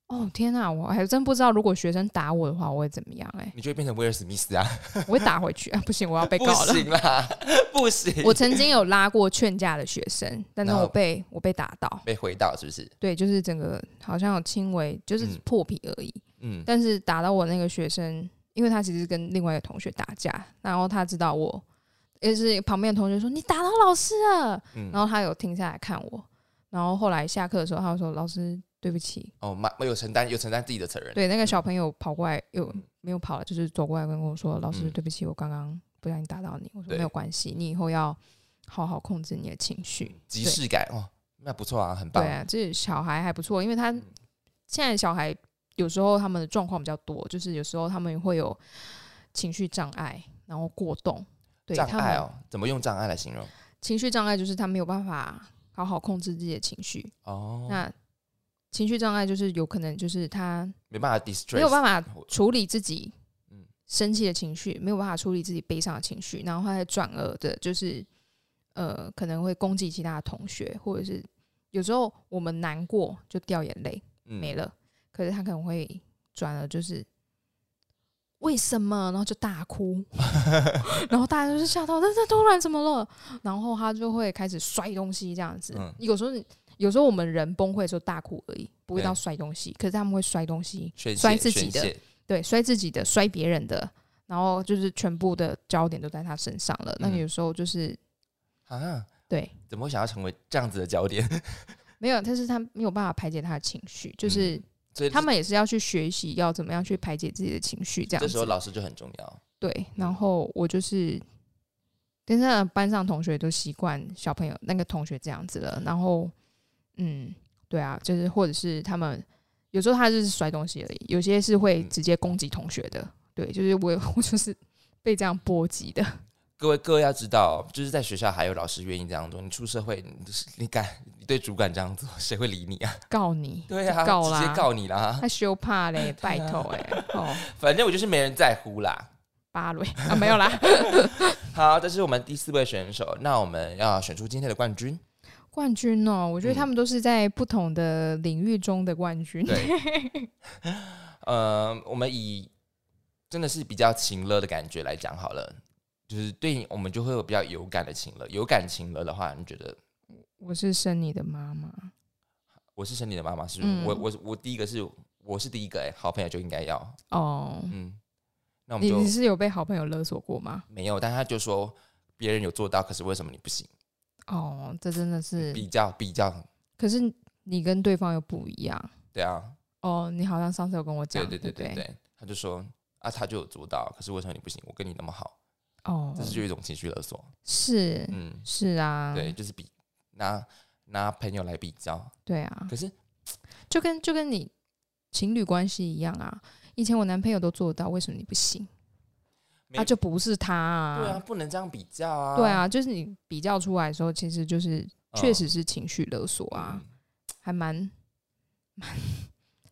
哦天哪，我还真不知道，如果学生打我的话，我会怎么样、欸？
你就会变成威尔史密斯啊？
哎，我会打回去啊！不行，我要被
不
告了。
行 啦，不行，
我曾经有拉过劝架的学生，但是
然后
我被我被打到，
被回到是不是？
对，就是整个好像有轻微，就是
嗯
破皮而已。
嗯
但是打到我那个学生，因为他其实跟另外一个同学打架，然后他知道我，也是旁边的同学说你打到老师了，
嗯
然，后他有停下来看我，然后后来下课的时候，他就说老师对不起，
哦，妈，有承担有承担自己的责任。
对，那个
嗯
小朋友跑过来，又没有跑了，就是走过来跟我说：“老师，
嗯
对不起，我刚刚不小心打到你。”我说：“
对
没有关系，你以后要好好控制你的情绪。
即视感哦，那不错啊，很”棒
对。啊，这小孩还不错，因为他
嗯
现在小孩有时候他们的状况比较多，就是有时候他们会有情绪障碍，然后过动。对，
障
他
碍
们
哦，怎么用障碍来形容？
情绪障碍就是他没有办法好好控制自己的情绪。
哦，
那情绪障碍就是有可能就是他
没办法
没有
，distress，
办法
我
处理自己
嗯
生气的情绪，没有办法处理自己悲伤的情绪，然后他还转而的，就是呃，可能会攻击其他的同学，或者是有时候我们难过就掉眼泪没
嗯，
了，可是他可能会转而就是为什么，然后就大 哭，然后大家就是吓到，但是突然怎么了？然后他就会开始摔东西这样子。
嗯
有时候你有时候我们人崩溃的时候大哭而已，不会
对
到摔东西，可是他们会摔东西，
宣
摔
泄
自己的
宣泄
对，摔自己的，摔别人的，然后就是全部的焦点都在他身上了。那
嗯
有时候就是
啊，
对，
怎么会想要成为这样子的焦点？
没有，但是他没有办法排解他的情绪，就是
所以
他们也是要去学习要怎么样去排解自己的情绪，这样
这时候
子。
老师就很重要。
对，然后我就是，但是班上同学都习惯小朋友那个同学这样子了，然后嗯，对啊，就是或者是他们有时候他就是摔东西而已，有些是会
嗯
直接攻击同学的，对，就是我 我就是被这样波及的。
各位各位要知道，哦就是在学校还有老师愿意这样做，你出社会，你就是你敢你对主管这样做，谁会理你啊？
告你，
对啊，
告啦
直接告你啊啦。
他羞 怕嘞，拜托哎、哦，
反正我就是没人在乎啦。
芭蕾啊，没 有啦。
好，这是我们第四位选手，那我们要选出今天的冠军。
冠军哦，我觉得
嗯
他们都是在不同的领域中的冠军。
对， 呃，我们以真的是比较情乐的感觉来讲好了，就是对你我们就会有比较有感的情乐。有感情乐的话，你觉得
我是生你的妈妈，
我是生你的妈妈，是不是？
嗯
我我我第一个是我是第一个哎、好朋友就应该要，
哦，
嗯，那我们
你
就
你是有被好朋友勒索过吗？
没有，但他就说别人有做到，可是为什么你不行？
哦，这真的是，
比较比较，
可是你跟对方又不一样。
对啊，
哦，你好像上次有跟我讲
对，对对
对
对
不，
对，他就说啊，他就有做到，可是为什么你不行？我跟你那么好，
哦
这，是就一种情绪勒索，
是
嗯，
是啊，
对，就是比拿拿朋友来比较，
对啊，
可是
就跟就跟你情侣关系一样啊。以前我男朋友都做得到，为什么你不行？
没
啊，就不是他啊。
对啊，不能这样比较啊，
对啊，就是你比较出来的时候，其实就是
嗯，
确实是情绪勒索啊，
嗯
还蛮蛮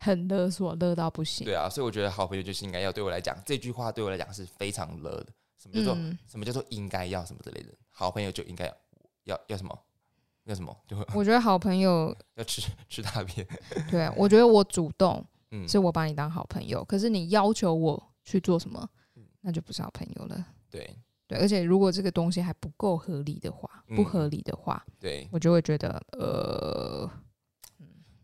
很勒索，勒到不行。
对啊，所以我觉得好朋友就是应该要对我来讲，这句话对我来讲是非常乐的，什么叫做、
嗯，
什么叫做应该要什么之类的，好朋友就应该要要要什么要什么，就会
我觉得好朋友，
要吃吃大便，
对我觉得我主动
嗯，
是我把你当好朋友，可是你要求我去做什么
嗯，
那就不是好朋友了。
对
对，而且如果这个东西还不够合理的话，
嗯
不合理的话，
对
我就会觉得呃，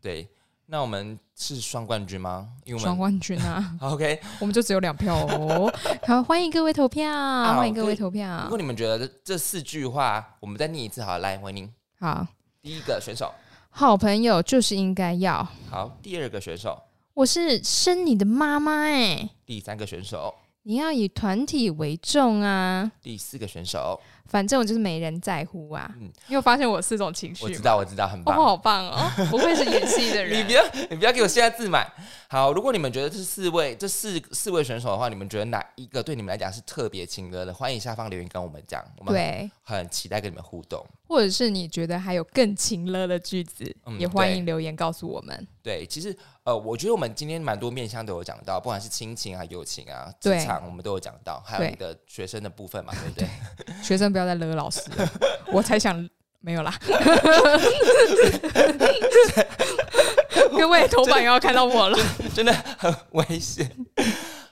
对，那我们是双冠军吗？因为我
双
们，
冠军啊
好 OK，
我们就只有两票哦。 好，欢迎各位投票，欢迎各
可
位
以
投
如
票
果。你们觉得这这四句话，我们再念一次好了，来，欢迎
好，
第一个选手，
好朋友就是应该要。
好，第二个选手，
我是生你的妈妈哎、
第三个选手，
你要以团体为重啊！
第四个选手，
反正我就是没人在乎啊！
嗯
你有发现我四种情绪
我
吗？
知道，我知道，很
哦，
棒。
好 棒哦！不愧是演戏 的
你
人
不。要，你不要给我现在自满。好，如果你们觉得这四位这四四位选手的话，你们觉得哪一个对你们来讲是特别亲热的？欢迎下方留言跟我们讲，我们
对，
很期待跟你们互动。
或者是你觉得还有更情乐的句子，
嗯
也欢
对
迎留言告诉我们。
对，其实呃，我觉得我们今天蛮多面向都有讲到，不管是亲情啊、友情啊、职
对
场，我们都有讲到，还有
对
你的学生的部分嘛，对不对？
学生不要再勒老师 了，我才想没有啦。 各位头版也要看到我了，
真的很危险。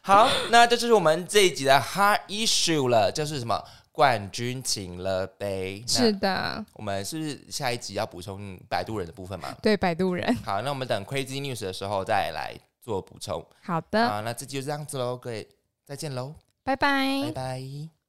好，那这就是我们这一集的 Hard Issue 了，就是什么冠军请了杯。
是，的，
我们是不是下一集要补充摆渡人的部分嘛？
对摆渡人。
好，那我们等 Crazy News 的时候再来做补充。
好
好、
的，
那这集就这样子喽，各位再见喽，
拜拜
拜拜。